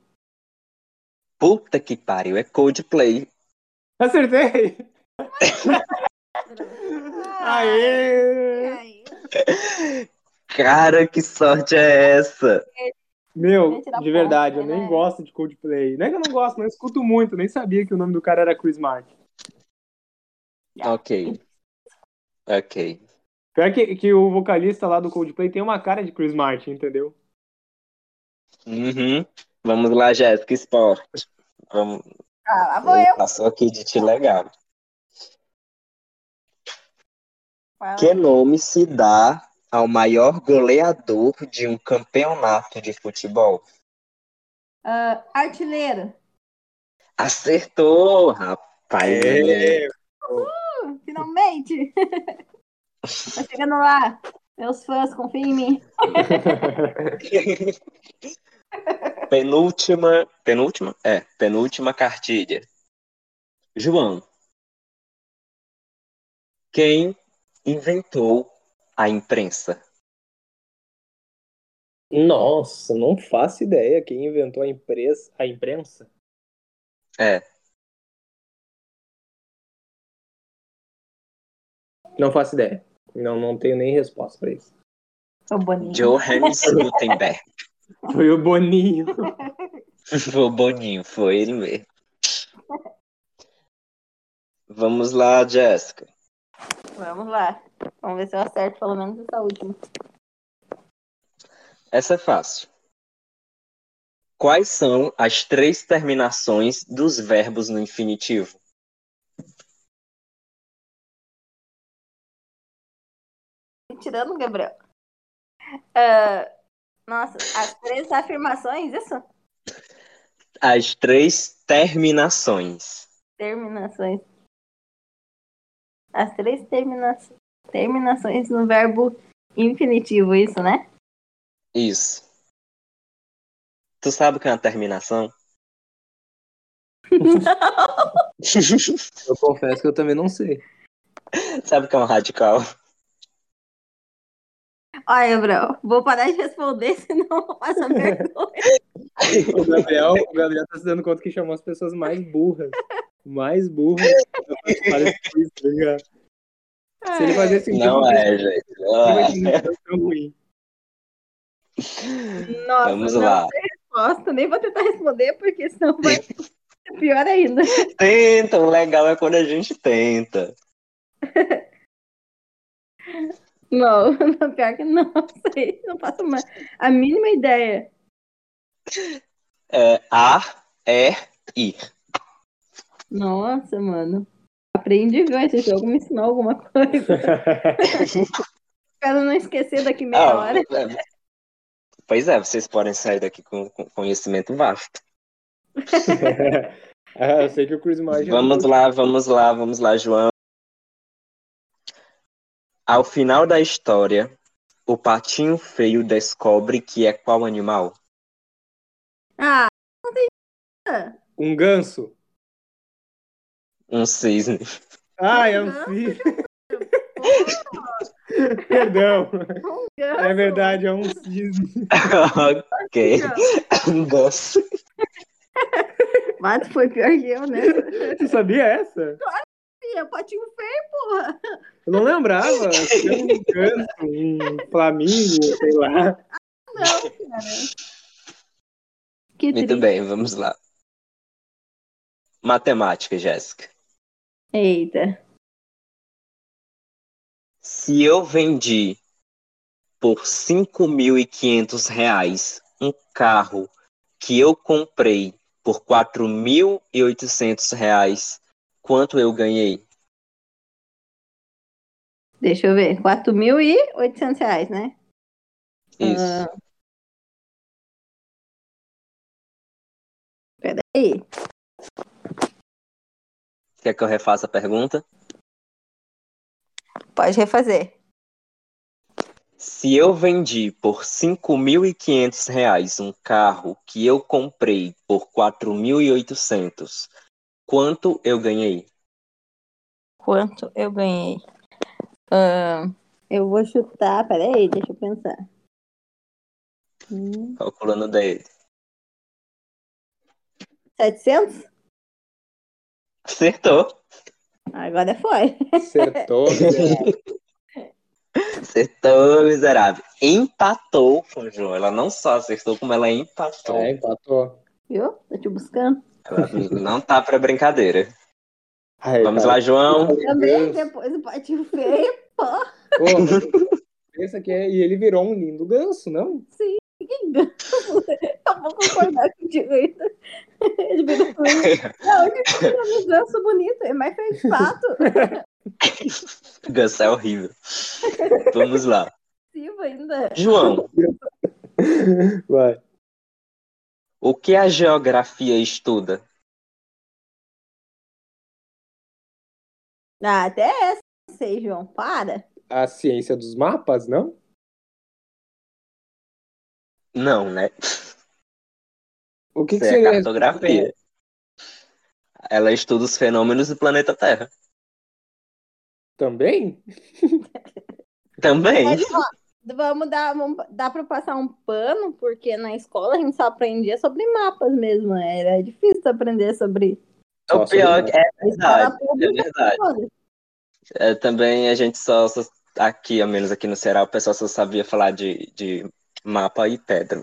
A: Puta que pariu, é Coldplay.
B: Acertei!
C: E
B: Ah, Aê!
C: aí?
A: Cara, que sorte é essa?
B: Meu,
C: Gente, dá
B: de verdade,
C: ponta,
B: eu nem
C: né?
B: gosto de Coldplay. Não é que eu não gosto, não escuto muito, nem sabia que o nome do cara era Chris Martin.
A: Ok. Ok.
B: Pior que, que o vocalista lá do Coldplay tem uma cara de Chris Martin, entendeu?
A: Uhum. Vamos lá, Jéssica, esporte. Vamos.
C: Ah, lá vou eu.
A: Passou aqui de te legal.
C: Fala.
A: Que nome se dá ao maior goleador de um campeonato de futebol?
C: Ah, artilheiro.
A: Acertou, rapaz.
B: É.
C: Hum, Finalmente! tá chegando lá. Meus fãs, confia em mim.
A: penúltima, penúltima? É, penúltima cartilha. João. Quem inventou a imprensa?
B: Nossa, não faço ideia quem inventou a imprensa. A imprensa?
A: É.
B: Não faço ideia. Não, não tenho nem resposta pra isso.
C: Tô bonito.
A: Johannes Gutenberg.
B: Foi o Boninho.
A: Foi o Boninho, foi ele mesmo. Vamos lá, Jéssica.
C: Vamos lá. Vamos ver se eu acerto pelo menos essa última.
A: Essa é fácil. Quais são as três terminações dos verbos no infinitivo?
C: Tô Tirando, Gabriel. Ah, nossa, as três afirmações, isso?
A: As três terminações.
C: Terminações. As três termina terminações no verbo infinitivo, isso, né?
A: Isso. Tu sabe o que é uma terminação?
B: Eu confesso que eu também não sei.
A: sabe o que é um radical?
C: Olha, Gabriel, vou parar de responder, senão eu faço a vergonha.
B: O Gabriel, o Gabriel tá se dando conta que chamou as pessoas mais burras. mais burro. Parece que foi isso, tá ligado? Se ele fazesse um
A: Não
B: filme,
A: é, gente. Não é.
B: ele vai dizer que é ruim.
C: Nossa,
A: Vamos
C: não
A: lá.
C: tem resposta. Nem vou tentar responder, porque senão vai ser pior ainda.
A: Tenta, o legal é quando a gente tenta.
C: Não, não, pior que não sei. Não faço uma, a mínima ideia.
A: É, a, é, I.
C: Nossa, mano. Aprendi, viu? Esse jogo me ensinou alguma coisa. Pra não esquecer daqui meia
A: Ah,
C: hora.
A: é. Pois é, vocês podem sair daqui com, com conhecimento vasto.
B: ah, eu sei que o Chris Martin. um
A: Vamos lá, vamos lá, vamos lá, João. Ao final da história, o patinho feio descobre que é qual animal?
C: Ah,
B: Um ganso.
A: Um cisne.
B: Ah, é um cisne. Perdão. É verdade, é um cisne.
A: ok. Um ganso.
C: Mas foi pior que eu, né?
B: Tu sabia essa?
C: Ih, Patinho é feio, porra.
B: Eu não lembrava. Era um ganso, um flamingo, sei lá.
C: Não, cara. Que
A: Muito
C: triste.
A: bem, vamos lá. Matemática, Jéssica.
C: Eita.
A: Se eu vendi por 5.500 reais um carro que eu comprei por 4.800 reais, quanto eu ganhei?
C: Deixa eu ver. 4.800 reais, né?
A: Isso.
C: Ah. Peraí.
A: Quer que eu refaça a pergunta?
C: Pode refazer.
A: Se eu vendi por 5.500 reais um carro que eu comprei por 4.800, quanto eu ganhei?
C: Quanto eu ganhei? Ahn, eu vou chutar. Peraí, deixa eu pensar. Hum,
A: Calculando daí.
C: 700?
A: Acertou,
C: Agora foi.
B: Acertou.
A: acertou, tá, miserável. Empatou com o João. Ela não só acertou, como ela empatou.
B: É, empatou.
C: Viu? Tô te buscando.
A: Ela não tá pra brincadeira.
B: Ai,
A: Vamos
B: cara.
A: lá, então. João.
C: Também depois o patinho feio.
B: Pô, mas pensa que é... E ele virou um lindo ganso, não?
C: Que ganso. Eu vou concordar contigo ainda. Ele virou bonito. Não, ele virou um ganso bonito. É mais feio de fato.
A: Ganso é horrível. Vamos lá.
C: Agressivo ainda.
A: João,
B: Vai.
A: o que a geografia estuda?
C: Ah, até essa. eu Sei, João. Para.
B: A ciência dos mapas, não?
A: Não, né?
B: O que,
A: Isso
B: que
A: é
B: seria?
A: cartografia. Ela estuda os fenômenos do planeta Terra.
B: Também?
A: Também. É
C: Mas, ó, vamos dar, vamos, dá pra passar um pano, porque na escola a gente só aprendia sobre mapas mesmo. né? Era difícil aprender sobre.
A: É o
B: Só sobre
A: pior que é verdade.
C: Escola pública.
A: É verdade.
C: Olha,
A: É, também a gente só, só- Aqui, ao menos aqui no Ceará, o pessoal só sabia falar de, de mapa e pedra.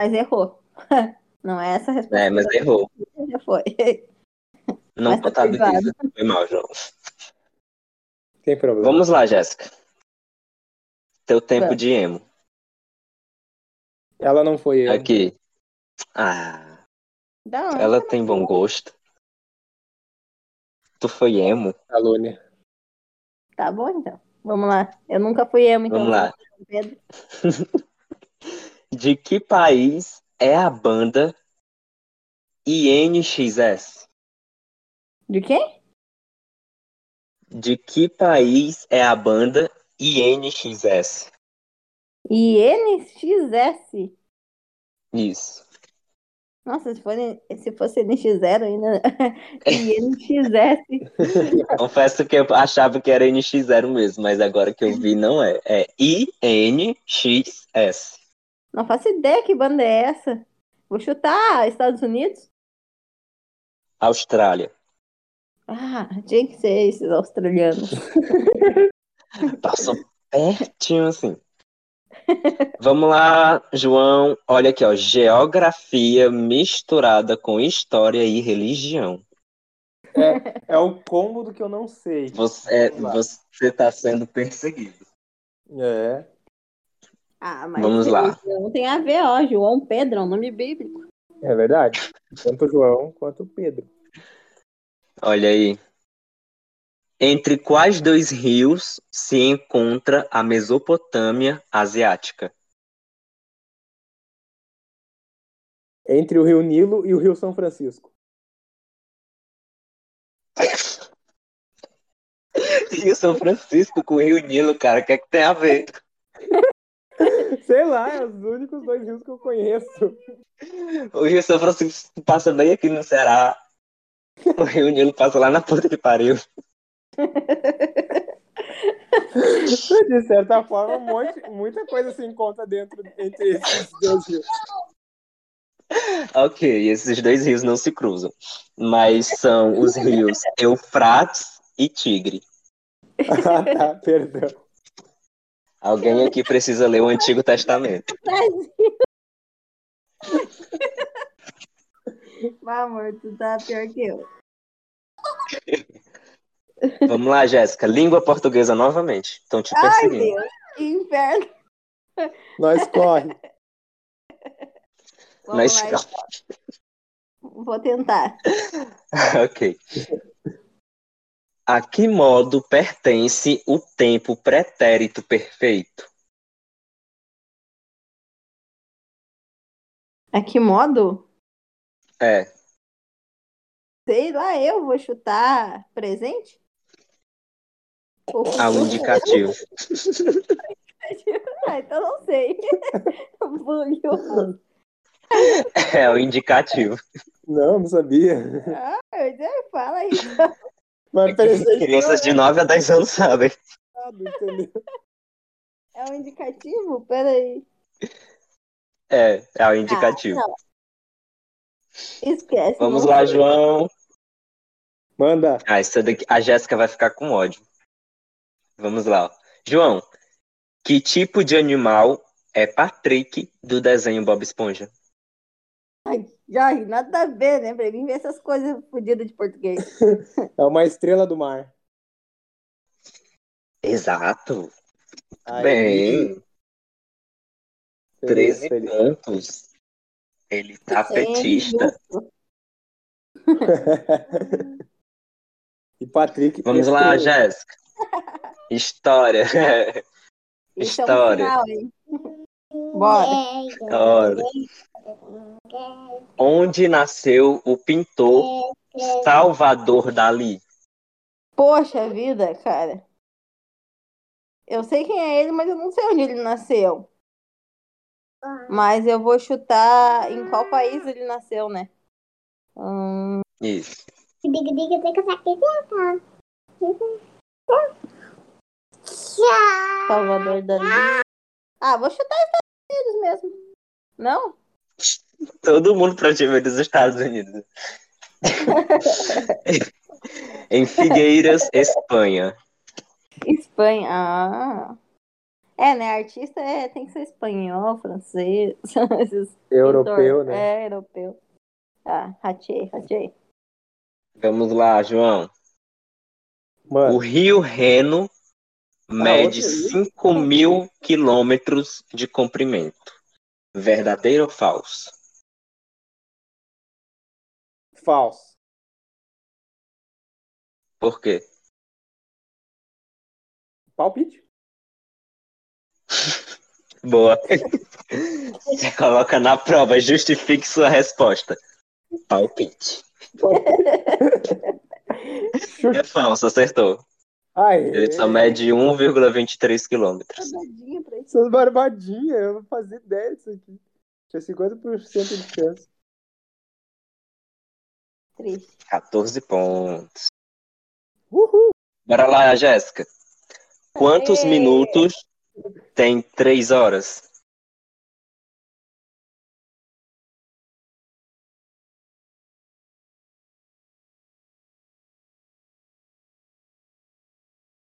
C: Mas errou. Não é essa a resposta.
A: É, mas errou.
C: Já foi.
A: Não
C: Mas tá
A: contabiliza. Foi mal, João.
B: Tem problema.
A: Vamos lá, Jéssica. Teu tempo de emo.
B: Ela não foi eu.
A: Aqui. Ah,
C: Da onde?
A: ela tem bom gosto. Tu foi emo?
B: Calúnia.
C: Tá bom, então. Vamos lá. Eu nunca fui emo, então.
A: Vamos lá.
C: Pedro.
A: De que país é a banda INXS?
C: De quem?
A: De que país é a banda INXS?
C: INXS.
A: Isso.
C: Nossa, se, for, se fosse NX0 ainda. né? INXS.
A: Confesso que eu achava que era NX0 mesmo, mas agora que eu vi não é. É INXS.
C: Não faço ideia que banda é essa. Vou chutar Estados Unidos.
A: Austrália.
C: Ah, tinha que ser esses australianos.
A: Passou Tá pertinho assim. Vamos lá, João. Olha aqui, ó. Geografia misturada com história e religião.
B: É, é o combo do que eu não sei.
A: Você, é,
B: Vamos lá.
A: você tá sendo perseguido.
B: É.
C: Ah, mas
A: Vamos lá.
C: Não tem a ver, ó. João Pedro é um nome bíblico.
B: É verdade. Tanto o João quanto o Pedro.
A: Olha aí. Entre quais dois rios se encontra a Mesopotâmia asiática?
B: Entre o Rio Nilo e o Rio São Francisco.
A: Rio São Francisco com o Rio Nilo, cara, o que é que tem a ver?
B: Sei lá, é os únicos dois rios que eu conheço.
A: O Rio São Francisco passa bem aqui no Ceará. O Rio Nilo passa lá na puta que pariu.
B: De certa forma, um monte, muita coisa se encontra dentro entre esses dois rios.
A: Ok, esses dois rios não se cruzam, mas são os rios Eufrates e Tigre.
B: Ah, tá, perdão.
A: Alguém aqui precisa ler o Antigo Testamento.
C: Vai, amor, tu tá pior que eu.
A: Vamos lá, Jéssica. Língua portuguesa novamente. Estão te
C: Ai,
A: perseguindo.
C: Deus, que inferno.
B: Nós corre.
C: Vamos
A: Mas-
C: lá, vou tentar.
A: Ok. A que modo pertence o tempo pretérito perfeito?
C: A que modo?
A: É,
C: Sei lá, eu vou chutar presente? Ou
A: ao
C: futuro?
A: indicativo.
C: Ah, então não sei. Um Bulhou.
A: É, ao indicativo.
B: Não, não sabia.
C: Ai, é, Fala aí.
B: Mas presente
A: É Crianças de 9 a 10 anos sabem.
B: errado, entendeu?
C: É um indicativo? Peraí.
A: É, é ao indicativo.
C: Esquece.
A: Vamos
C: não
A: lá,
C: sei.
A: João.
B: Manda.
A: Ah, essa daqui, a Jéssica vai ficar com ódio. Vamos lá. ó. João, que tipo de animal é Patrick do desenho Bob Esponja?
C: Jorge, nada a ver, né? Pra mim ver essas coisas fodidas de português.
B: É uma estrela do mar.
A: Exato.
B: Aí,
A: Bem,
B: feliz,
A: 13
B: feliz.
A: pontos. Ele tá
C: é um
A: petista.
B: E Patrick.
A: Vamos lá,
B: estrela.
A: Jéssica. História.
C: Isso é um
A: História.
C: sinal, hein? Bora.
A: História. Onde nasceu o pintor Salvador Dali?
C: Poxa vida, cara. Eu sei quem é ele, mas eu não sei onde ele nasceu. Mas eu vou chutar em qual país ele nasceu, né?
A: Isso.
C: Salvador Dali. Ah, vou chutar Estados Unidos mesmo. Não?
A: Todo mundo pra te ver dos Estados Unidos. em Figueiras, Espanha.
C: Espanha. Ah. É, né? Artista é, tem que ser espanhol, francês, esses
B: Europeu,
C: pintor.
B: né?
C: É, europeu. Ah, ratei, ratei.
A: Vamos lá, João.
B: Mano.
A: O Rio Reno mede
B: outro rio.
A: 5 mil quilômetros de comprimento. Verdadeiro ou falso?
B: Falso.
A: Por quê?
B: Palpite?
A: Boa. Você coloca na prova, justifique sua resposta. Palpite. É falso, acertou.
B: Ai, é.
A: Ele só mede 1,23 quilômetros.
C: Tadinha pra isso.
B: Essas barbadinhas, eu não fazia ideia disso aqui. Tinha 50% de chance.
C: Triste.
A: 14 pontos.
B: Uhul!
A: Bora lá, Jéssica. Quantos
C: Aê!
A: minutos tem três horas?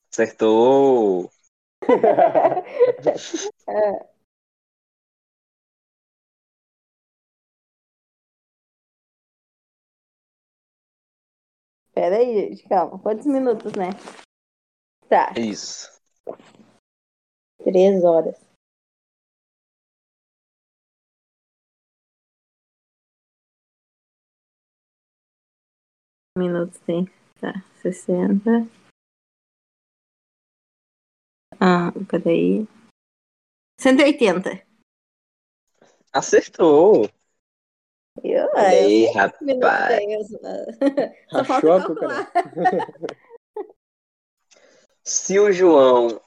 A: Acertou!
C: É. Pera aí, gente, calma. Quantos minutos, né? Tá,
A: É Isso.
C: três horas.
E: minutos tem? Tá, 60. Ah, peraí. 180.
A: Acertou!
C: Eu,
A: Olha
C: É, eu
A: aí, Tá
C: Minuto
A: rapaz.
C: tenso, né? Só
B: Achou
C: falta
B: a cuca, né?
C: calcular.
A: Se o João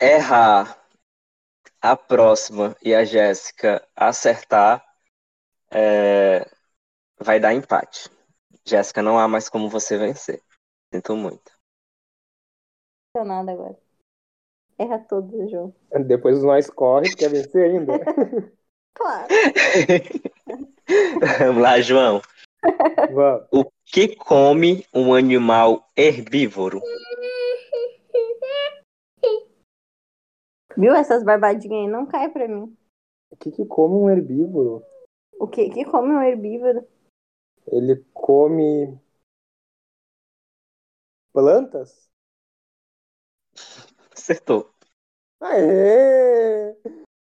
A: errar a próxima e a Jéssica acertar, é, vai dar empate. Jéssica, não há mais como você vencer. Sinto muito.
C: Impressionada agora. Erra todo o jogo.
B: Depois nós corre, quer vencer ainda.
C: Claro.
A: Vamos lá, João. O
B: Vamos.
A: que come um animal herbívoro?
C: Viu? Essas barbadinhas aí não caem pra mim.
B: O que, que come um herbívoro?
C: O que que come um herbívoro?
B: Ele come plantas?
A: Acertou.
B: Aê!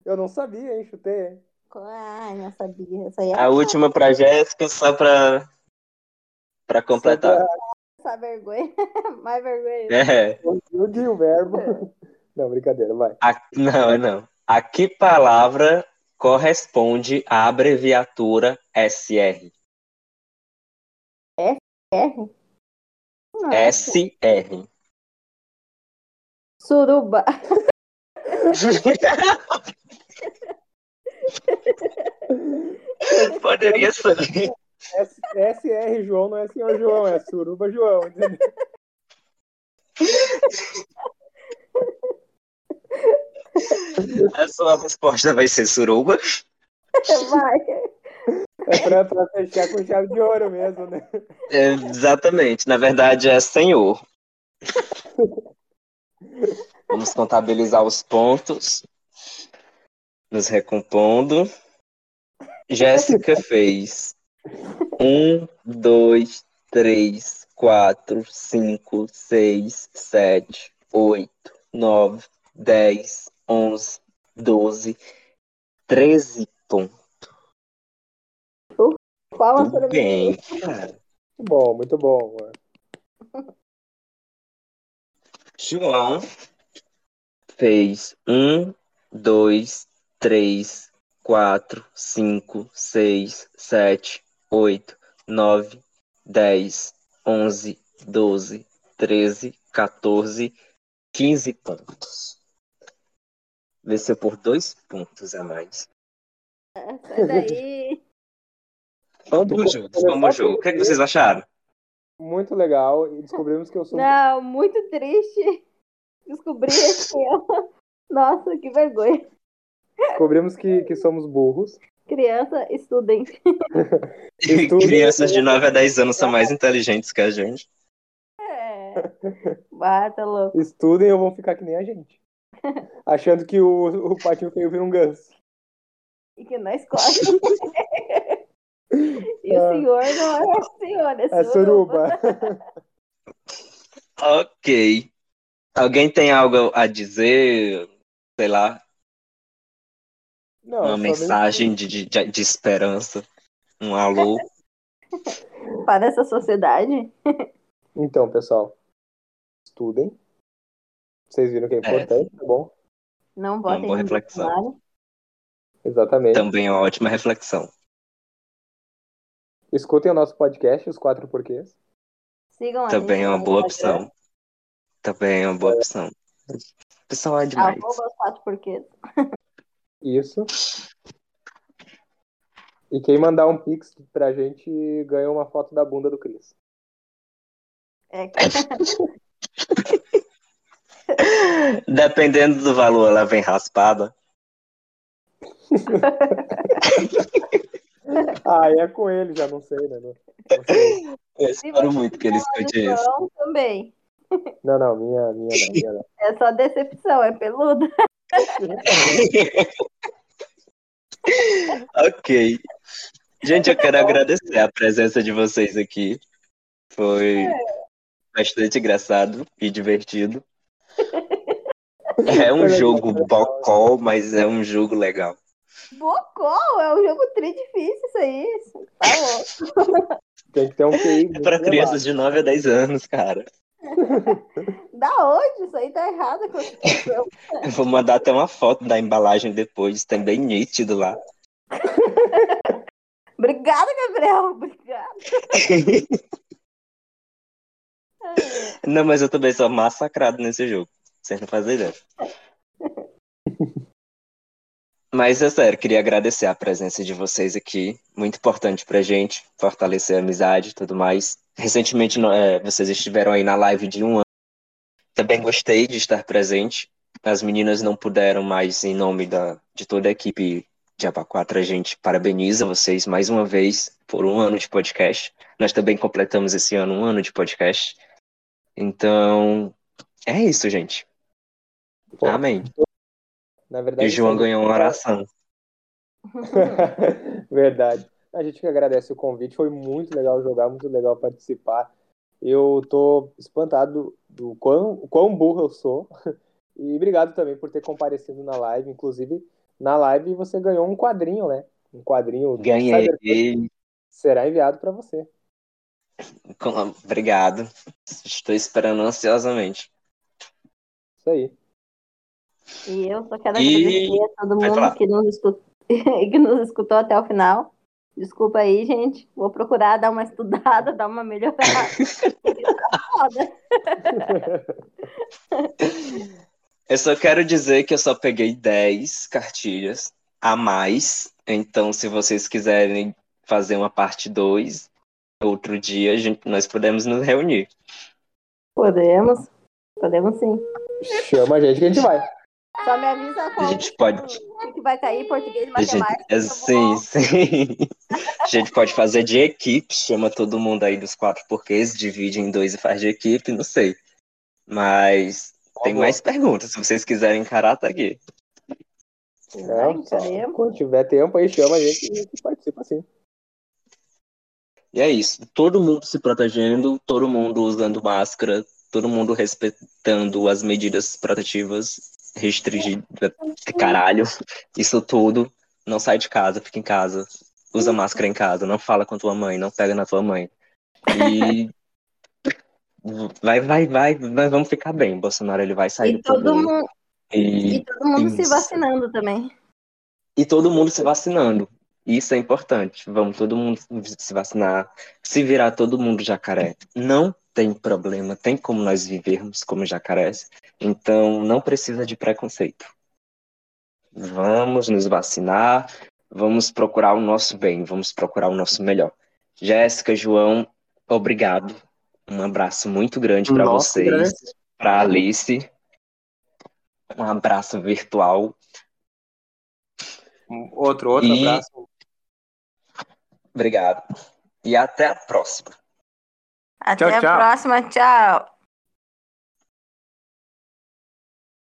B: Eu não sabia, hein? Chutei. hein?
C: Ai, Ah, não sabia. Essa aí é
A: A última pra Jéssica, só pra, pra completar.
C: essa vergonha. Mais vergonha.
A: É.
B: Conjugue o verbo. Não, brincadeira, vai.
A: A- não, é não. A que palavra corresponde à abreviatura SR?
C: R? É. Não.
A: É
C: assim,
A: SR.
C: Suruba.
A: Poderia ser.
B: S- SR João não é senhor João, é suruba João. entendeu?
A: A sua resposta vai ser suruba.
C: Vai.
B: É pra, pra fechar com chave de ouro mesmo, né?
A: É, exatamente. Na verdade, é senhor. Vamos contabilizar os pontos. Nos recompondo. Jéssica fez. Um, dois, três, quatro, cinco, seis, sete, oito, nove, dez, onze, doze, treze pontos.
C: Palmas
A: Tudo
C: pra mim.
A: bem, cara.
B: Muito bom, muito bom. mano.
A: João fez um, dois, três, quatro, cinco, seis, sete, oito, nove, dez, onze, doze, treze, 14, 15 pontos. Venceu por dois pontos a mais.
C: Sai daí.
A: Vamos, Ju, vamos, Ju. O que, é que vocês acharam?
B: Muito legal. E descobrimos que eu sou.
C: Não, muito triste. Descobri esse tema. Nossa, que vergonha.
B: Descobrimos que, que somos burros.
C: Criança, estudem.
B: Estudo.
A: Crianças de 9 a 10 anos são mais inteligentes que a gente.
C: É. Ah, tá louco.
B: Estudem ou vão ficar que nem a gente. Achando que o, o patinho feio vira um ganso.
C: E que nós corre. e o senhor não é senhor, é
B: É
C: suruba.
B: suruba.
A: Ok. Alguém tem algo a dizer? Sei lá,
B: Não,
A: uma
B: só mesmo-
A: mensagem de, de, de- de esperança? Um alô?
C: Para essa sociedade,
B: Então, pessoal, estudem. Vocês viram que é importante, tá bom?
C: não votem
A: boa
C: no
A: reflexão.
C: Bolsonaro.
B: Exatamente.
A: Também é uma ótima reflexão.
B: Escutem o nosso podcast, Os Quatro Porquês.
C: Sigam
B: Ah,
C: a
A: Também
C: gente
A: é uma
C: no
A: boa
C: Instagram,
A: opção. Também é uma boa opção. O pessoal é demais.
C: Arroba os quatro porquês.
B: Isso. E quem mandar um pix pra gente ganha uma foto da bunda do Cris.
C: É que
F: tá
A: Dependendo do valor, ela vem raspada.
B: Ah, é com ele, já não sei, né? Não- não sei.
A: Eu espero muito que ele escute isso.
C: João também.
B: Não, não, minha, minha não, minha não.
F: É só decepção, é peluda.
A: ok. Gente, eu quero agradecer a presença de vocês aqui. Foi bastante engraçado e divertido. É um jogo bocó, mas é um jogo legal.
F: Bocó, é um jogo tri difícil isso aí. Tá louco.
B: Tem que ter um QI.
A: É
B: muito
A: pra
B: elevado.
A: crianças de 9 a 10 anos, cara.
F: Da onde? Isso aí tá errado. a Constituição.
A: Eu vou mandar até uma foto da embalagem depois, tem bem nítido lá.
F: Obrigada, Gabriel. Obrigada.
A: Não, mas eu também sou massacrado nesse jogo. Vocês não fazem ideia. Mas é sério, queria agradecer a presença de vocês aqui. Muito importante pra gente, fortalecer a amizade e tudo mais. Recentemente no- é, vocês estiveram aí na live de um ano. Também gostei de estar presente. As meninas não puderam, mas em nome da, de toda a equipe de Abaquatra, a gente parabeniza vocês mais uma vez por um ano de podcast. Nós também completamos esse ano um ano de podcast. Então, é isso, gente.
B: Pô,
A: Amém.
B: Na
A: E
B: verdade,
A: o João
B: isso aí-
A: ganhou um uma oração.
B: Verdade. A gente que agradece o convite, foi muito legal jogar, muito legal participar. Eu tô espantado do quão, quão burro eu sou. E obrigado também por ter comparecido na live. Inclusive, na live você ganhou um quadrinho, né? Um quadrinho do
A: Ganhei.
B: Cyberpunk será enviado pra você.
A: Com- Obrigado. Estou esperando ansiosamente.
B: Isso aí.
F: E eu só quero
A: E-
F: agradecer a todo
A: Vai falar.
F: mundo que nos, escutou, que nos escutou até o final. Desculpa aí, gente. Vou procurar dar uma estudada, dar uma melhorada. Foda.
A: Eu só quero dizer que eu só peguei 10 cartilhas a mais. Então, se vocês quiserem fazer uma parte 2, outro dia a gente, nós podemos nos reunir.
F: Podemos. Podemos sim.
B: Chama a gente que a gente vai.
F: Só me avisa
A: A
F: qual
A: gente pode.
F: o que que vai cair português e
A: A gente,
F: matemática. então
A: é, sim, sim. A gente pode fazer de equipe, chama todo mundo aí dos quatro porquês, divide em dois e faz de equipe, não sei. Mas tem
B: Boa.
A: mais perguntas, se vocês quiserem encarar, tá aqui. né?
B: Não,
F: Não,
C: é
B: só- É, Quando tiver tempo aí, chama a gente e a gente participa sim.
A: E é isso. Todo mundo se protegendo, todo mundo usando máscara, todo mundo respeitando as medidas protetivas restringidas.
F: Uhum.
A: Caralho, isso tudo. Não sai de casa, fica em casa.
F: Uhum.
A: Usa máscara em casa, não fala com tua mãe, não pega na tua mãe. E. Vai, vai, vai, nós vamos ficar bem. Bolsonaro ele vai sair
F: e,
A: do
F: todo
A: poder.
F: mundo,
A: E-
F: e todo mundo se
A: Isso.
F: vacinando também.
A: e todo mundo se vacinando. Isso é importante. Vamos todo mundo se vacinar, se virar todo mundo jacaré. Não tem problema, tem como nós vivermos como jacarés. Então não precisa de preconceito. Vamos nos vacinar, vamos procurar o nosso bem, vamos procurar o nosso melhor. Jéssica, João, obrigado. Um abraço muito grande para
B: Nossa, grande.
A: vocês, para Alice. Um abraço virtual
B: Um- Outro, outro
A: E-
B: abraço.
A: Obrigado. E até a próxima.
F: Até
B: Tchau,
F: a
B: tchau.
F: próxima. Tchau.